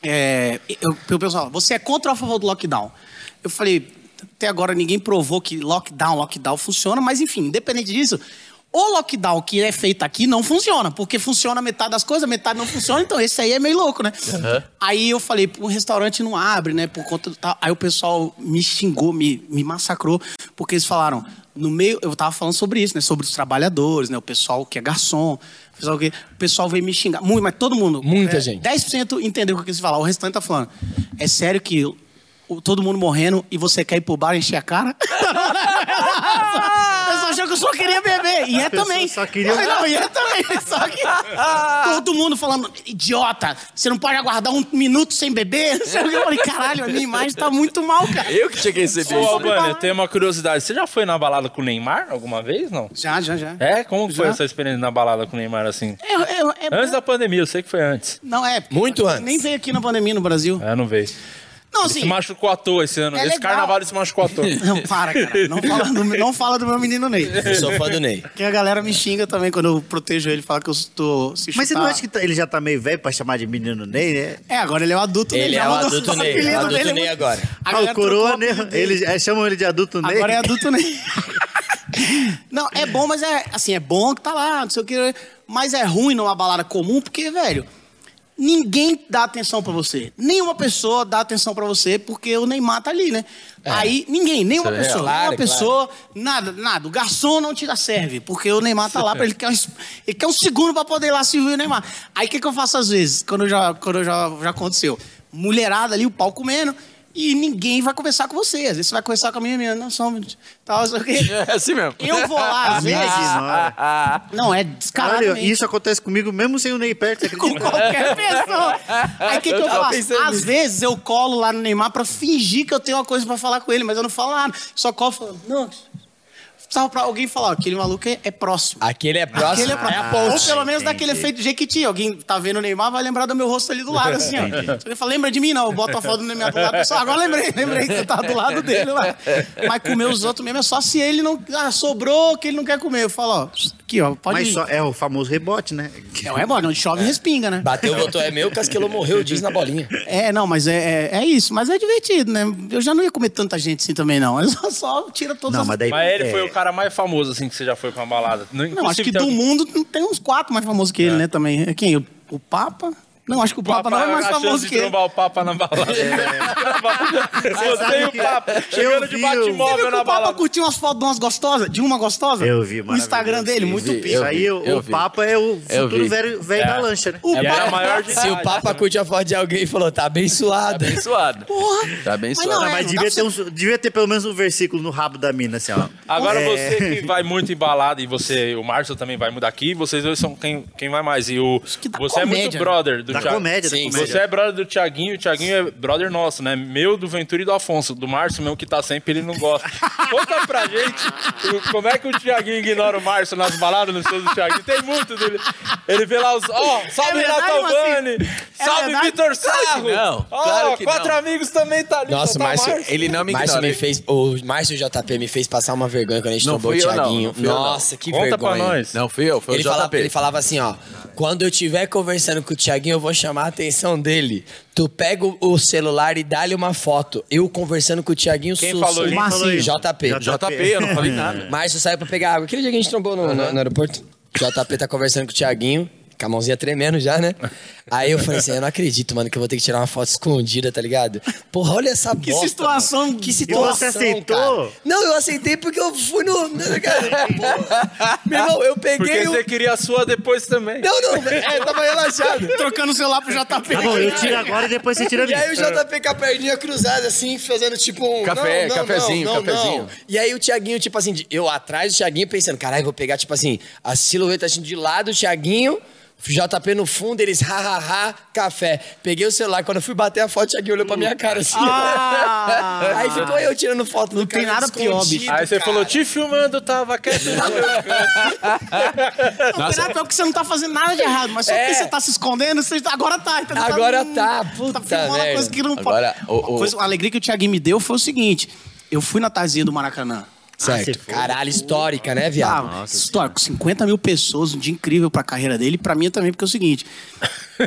[SPEAKER 5] É, eu, o pessoal, você é contra ou a favor do lockdown? Eu falei, até agora ninguém provou que lockdown, lockdown funciona, mas enfim, independente disso, o lockdown que é feito aqui não funciona, porque funciona metade das coisas, metade não funciona, então esse aí é meio louco, né? Aí eu falei, o restaurante não abre, né, por conta do tal. Aí o pessoal me xingou, me, me massacrou, porque eles falaram, no meio, eu tava falando sobre isso, né, sobre os trabalhadores, né, o pessoal que é garçom. Fiz algo que- O pessoal veio me xingar. Muito, mas todo mundo.
[SPEAKER 3] Muita
[SPEAKER 5] É,
[SPEAKER 3] gente.
[SPEAKER 5] 10% entendeu o que eu quis falar. O restante tá falando. É sério que o- todo mundo morrendo e você quer ir pro bar e encher a cara? O pessoal achou que eu só queria beber. E é
[SPEAKER 1] pessoa
[SPEAKER 5] também.
[SPEAKER 1] só queria-
[SPEAKER 5] Não, não, e é também. Só que. Todo mundo falando, idiota, você não pode aguardar um minuto sem beber? Não sei o quê. Eu falei, caralho, a minha imagem tá muito mal, cara.
[SPEAKER 4] Eu que tinha que receber
[SPEAKER 2] Ô,
[SPEAKER 4] isso.
[SPEAKER 2] Albani, eu tenho uma curiosidade. Você já foi na balada com o Neymar alguma vez, não?
[SPEAKER 5] Já, já, já.
[SPEAKER 2] É? Como foi
[SPEAKER 5] Já.
[SPEAKER 2] essa experiência na balada com o Neymar, assim?
[SPEAKER 5] É, é, é-
[SPEAKER 2] Antes da pandemia, eu sei que foi antes.
[SPEAKER 5] Não, é.
[SPEAKER 3] Muito antes.
[SPEAKER 5] Nem veio aqui na pandemia no Brasil.
[SPEAKER 2] É, não veio.
[SPEAKER 5] Não,
[SPEAKER 2] Se
[SPEAKER 5] assim.
[SPEAKER 2] machucou à toa esse ano.
[SPEAKER 5] É
[SPEAKER 2] esse
[SPEAKER 5] legal.
[SPEAKER 2] carnaval ele se machucou à toa.
[SPEAKER 5] Não, para, cara. Não fala, do, não fala do meu menino Ney.
[SPEAKER 3] Eu sou fã do Ney.
[SPEAKER 5] Porque a galera
[SPEAKER 3] É.
[SPEAKER 5] me xinga também quando eu protejo ele, fala que eu tô se
[SPEAKER 1] Mas você não
[SPEAKER 5] chutar-
[SPEAKER 1] acha que tá- ele já tá meio velho pra chamar de menino Ney, né?
[SPEAKER 5] É, agora ele é o adulto Ney.
[SPEAKER 3] Ele
[SPEAKER 5] já
[SPEAKER 3] é o
[SPEAKER 5] mudou
[SPEAKER 3] adulto Ney,
[SPEAKER 5] apelido
[SPEAKER 3] é o adulto
[SPEAKER 5] dele, é
[SPEAKER 3] Ney
[SPEAKER 5] muito-
[SPEAKER 3] agora.
[SPEAKER 5] A
[SPEAKER 1] Ah,
[SPEAKER 5] galera
[SPEAKER 1] o coroa,
[SPEAKER 5] trocou
[SPEAKER 1] né?
[SPEAKER 5] apelido dele.
[SPEAKER 1] Eles é, chamam ele de adulto Ney.
[SPEAKER 5] Agora é adulto Ney. Não, é bom, mas é assim, é bom que tá lá, não sei o que. Mas é ruim numa balada comum, porque, velho, ninguém dá atenção pra você. Nenhuma pessoa dá atenção pra você, porque o Neymar tá ali, né? Aí, ninguém, nenhuma
[SPEAKER 4] É. Isso é
[SPEAKER 5] pessoa,
[SPEAKER 3] claro,
[SPEAKER 5] nenhuma
[SPEAKER 3] claro.
[SPEAKER 5] pessoa, nada, nada. O garçom não te dá serve, porque o Neymar tá lá, pra ele, quer um, es- ele quer um segundo pra poder ir lá servir o Neymar. Aí, o que, que eu faço às vezes, quando já, quando já, já aconteceu? Mulherada ali, o pau comendo, e ninguém vai conversar com você. Às vezes você vai conversar com a minha menina, não, só um minuto, tal, não sei o quê.
[SPEAKER 4] É assim mesmo.
[SPEAKER 5] Eu vou lá, às vezes.
[SPEAKER 1] Ignora.
[SPEAKER 5] Não, é descarado.
[SPEAKER 1] Ah, Caralho,
[SPEAKER 5] mesmo.
[SPEAKER 1] isso acontece comigo mesmo sem o Ney perto, você
[SPEAKER 5] com
[SPEAKER 1] acredita?
[SPEAKER 5] qualquer pessoa. Aí o que, que eu
[SPEAKER 4] Eu tava
[SPEAKER 5] faço?
[SPEAKER 4] pensando
[SPEAKER 5] Às vezes eu colo lá no Neymar pra fingir que eu tenho uma coisa pra falar com ele, mas eu não falo nada. Só colo falando, não. Precisava pra alguém falar, ó, aquele maluco é, é próximo.
[SPEAKER 1] Ah,
[SPEAKER 3] Aquele é próximo.
[SPEAKER 5] Aquele é próximo. Ou pelo menos
[SPEAKER 1] entendi.
[SPEAKER 5] daquele efeito Jequiti. Alguém tá vendo o Neymar, vai lembrar do meu rosto ali do lado, assim, ó. Você fala, lembra de mim? Não, eu boto a foto do Neymar do lado. Pessoal, agora lembrei, lembrei que você tá do lado dele lá. Mas comer os outros mesmo é só se ele não... Ah, sobrou que ele não quer comer. Eu falo, ó, aqui, ó, pode
[SPEAKER 1] Mas
[SPEAKER 5] ir.
[SPEAKER 1] só é o famoso rebote, né?
[SPEAKER 5] Não é bom, não chove e respinga, né?
[SPEAKER 3] Bateu, botou é meu, Casquelo morreu, diz na bolinha.
[SPEAKER 5] É, não, mas é, é, é isso. Mas é divertido, né? Eu já não ia comer tanta gente assim também, não. Eu só, só tira todas
[SPEAKER 1] Não,
[SPEAKER 5] as...
[SPEAKER 1] mas daí.
[SPEAKER 2] Mas ele
[SPEAKER 1] é,
[SPEAKER 2] foi o cara mais famoso, assim, que você já foi pra uma balada. Não,
[SPEAKER 5] Não, acho que do mundo não tem uns quatro mais famosos que ele, né, também. É Quem? O, o Papa? Não, acho que o Papa, não é mais
[SPEAKER 2] a chance
[SPEAKER 5] famoso
[SPEAKER 2] de
[SPEAKER 5] que ele. É.
[SPEAKER 2] trombar o Papa na balada. Você e o Papa chegando de
[SPEAKER 1] vi,
[SPEAKER 5] Você viu
[SPEAKER 2] batimóvel
[SPEAKER 5] que
[SPEAKER 2] na
[SPEAKER 5] o Papa
[SPEAKER 2] balada.
[SPEAKER 5] curtiu umas fotos de umas gostosas? De uma gostosa?
[SPEAKER 1] Eu vi,
[SPEAKER 5] O
[SPEAKER 1] maravilhoso.
[SPEAKER 5] Instagram dele,
[SPEAKER 1] Eu
[SPEAKER 5] muito
[SPEAKER 4] vi,
[SPEAKER 5] pica.
[SPEAKER 1] Isso
[SPEAKER 4] eu
[SPEAKER 1] aí, o,
[SPEAKER 4] eu
[SPEAKER 1] o
[SPEAKER 4] vi.
[SPEAKER 1] Papa é o
[SPEAKER 4] Eu
[SPEAKER 1] futuro
[SPEAKER 4] vi. É.
[SPEAKER 1] velho, velho da lancha, né?
[SPEAKER 5] O
[SPEAKER 2] E era É maior de
[SPEAKER 3] É Se o
[SPEAKER 2] idade.
[SPEAKER 3] Papa curte a foto de alguém e falou, né? tá abençoado.
[SPEAKER 4] Abençoado.
[SPEAKER 5] Porra!
[SPEAKER 4] Tá abençoado.
[SPEAKER 5] Mas não,
[SPEAKER 1] Ah,
[SPEAKER 5] é,
[SPEAKER 1] mas
[SPEAKER 5] dá
[SPEAKER 1] devia ter,
[SPEAKER 5] pra
[SPEAKER 1] uns- devia ter pelo menos um versículo no rabo da mina, assim, ó.
[SPEAKER 5] É.
[SPEAKER 2] Agora você que vai muito em balada e você, o Márcio também vai muito daqui, vocês dois são quem, quem vai mais. E o,
[SPEAKER 5] que da
[SPEAKER 2] você é muito
[SPEAKER 5] comédia, né?
[SPEAKER 2] brother do
[SPEAKER 1] Da
[SPEAKER 2] Thiago.
[SPEAKER 1] comédia, da
[SPEAKER 3] Sim,
[SPEAKER 1] comédia.
[SPEAKER 2] Você é brother do Thiaguinho, o Thiaguinho é brother nosso, né? Meu, do Ventura e do Afonso. Do Márcio mesmo, que tá sempre, ele não gosta. Conta pra gente o- como é que o Thiaguinho ignora o Márcio nas baladas, nos shows do Thiaguinho. Tem muito dele. Ele vê lá os... Ó, salve
[SPEAKER 5] É verdade,
[SPEAKER 2] Renato Albani!
[SPEAKER 5] É
[SPEAKER 2] salve
[SPEAKER 5] verdade?
[SPEAKER 2] Vitor Sarro!
[SPEAKER 4] não,
[SPEAKER 2] Ó,
[SPEAKER 4] claro que
[SPEAKER 2] quatro
[SPEAKER 4] não.
[SPEAKER 2] amigos também tá ali.
[SPEAKER 3] Nossa,
[SPEAKER 2] só
[SPEAKER 3] o
[SPEAKER 2] tá
[SPEAKER 3] Márcio,
[SPEAKER 4] Ele não me
[SPEAKER 3] Márcio
[SPEAKER 4] ignora.
[SPEAKER 3] me fez, o Márcio JP me fez passar uma vergonha quando a gente
[SPEAKER 4] Não
[SPEAKER 3] tomou o
[SPEAKER 4] fui eu, não.
[SPEAKER 3] Thiaguinho.
[SPEAKER 4] Não fui eu, não.
[SPEAKER 3] Nossa, que
[SPEAKER 2] Conta pra
[SPEAKER 3] vergonha.
[SPEAKER 2] nós.
[SPEAKER 4] Não, fui eu, foi
[SPEAKER 3] Ele
[SPEAKER 4] o JP.
[SPEAKER 3] falava, ele falava assim, ó. Quando eu estiver conversando com o Thiaguinho, eu vou chamar a atenção dele. Tu pega o- o celular e dá-lhe uma foto. Eu conversando com o Thiaguinho
[SPEAKER 2] Quem
[SPEAKER 3] Susso.
[SPEAKER 2] falou isso?
[SPEAKER 1] Quem
[SPEAKER 3] Marcinho,
[SPEAKER 1] falou
[SPEAKER 3] JP.
[SPEAKER 1] isso?
[SPEAKER 4] JP, eu não falei nada.
[SPEAKER 3] Márcio saiu pra pegar água. Aquele dia que a gente trombou no, no- no aeroporto. JP tá conversando com o Thiaguinho, com a mãozinha tremendo já, né? Aí eu falei assim, eu não acredito, mano, que eu vou ter que tirar uma foto escondida, tá ligado? Porra, olha essa
[SPEAKER 5] Que
[SPEAKER 3] bosta,
[SPEAKER 5] situação-
[SPEAKER 1] né?
[SPEAKER 3] mano. Que situação,
[SPEAKER 1] você aceitou?
[SPEAKER 3] cara. Não, eu aceitei porque eu fui no... no- cara, porra. Meu irmão, eu
[SPEAKER 2] Porque
[SPEAKER 3] peguei o...
[SPEAKER 2] você queria a sua depois também.
[SPEAKER 3] Não, não, é, tava relaxado.
[SPEAKER 5] Trocando o celular pro JP.
[SPEAKER 1] Tá bom, eu tiro agora e depois você tira a
[SPEAKER 3] E aí o
[SPEAKER 1] minha.
[SPEAKER 3] JP com a perninha cruzada, assim, fazendo tipo um.
[SPEAKER 4] Café,
[SPEAKER 3] não, não,
[SPEAKER 4] cafezinho,
[SPEAKER 3] não, não,
[SPEAKER 4] cafezinho.
[SPEAKER 3] não. E aí o Thiaguinho, tipo assim, de- eu atrás do Thiaguinho pensando, caralho, vou pegar, tipo assim, a silhueta assim, de lado, o Thiaguinho. JP no fundo, eles ha, ha, ha, café. Peguei o celular, quando eu fui bater a foto, o Thiaguinho olhou pra minha cara assim.
[SPEAKER 5] Ah!
[SPEAKER 3] Aí ficou eu tirando foto do Não
[SPEAKER 5] tem nada pior, bicho.
[SPEAKER 2] Aí você falou, te filmando, tava quieto.
[SPEAKER 5] Não, Renato, é porque você não tá fazendo nada de errado, mas só
[SPEAKER 3] É.
[SPEAKER 5] porque você tá se escondendo, você tá- agora tá. então
[SPEAKER 3] Agora
[SPEAKER 5] hum,
[SPEAKER 3] tá, puta
[SPEAKER 5] filmando uma
[SPEAKER 3] merda.
[SPEAKER 5] coisa que não
[SPEAKER 4] Agora,
[SPEAKER 5] pode.
[SPEAKER 4] o-
[SPEAKER 5] Uma coisa- a alegria que o Thiaguinho me deu foi o seguinte: eu fui na tarzinha do Maracanã.
[SPEAKER 1] Ah, você
[SPEAKER 3] Certo.
[SPEAKER 1] foi.
[SPEAKER 3] Caralho, histórica, né,
[SPEAKER 5] Ah,
[SPEAKER 3] viado?
[SPEAKER 5] histórico, 50 mil pessoas, um dia incrível pra carreira dele, e pra mim também, porque é o seguinte.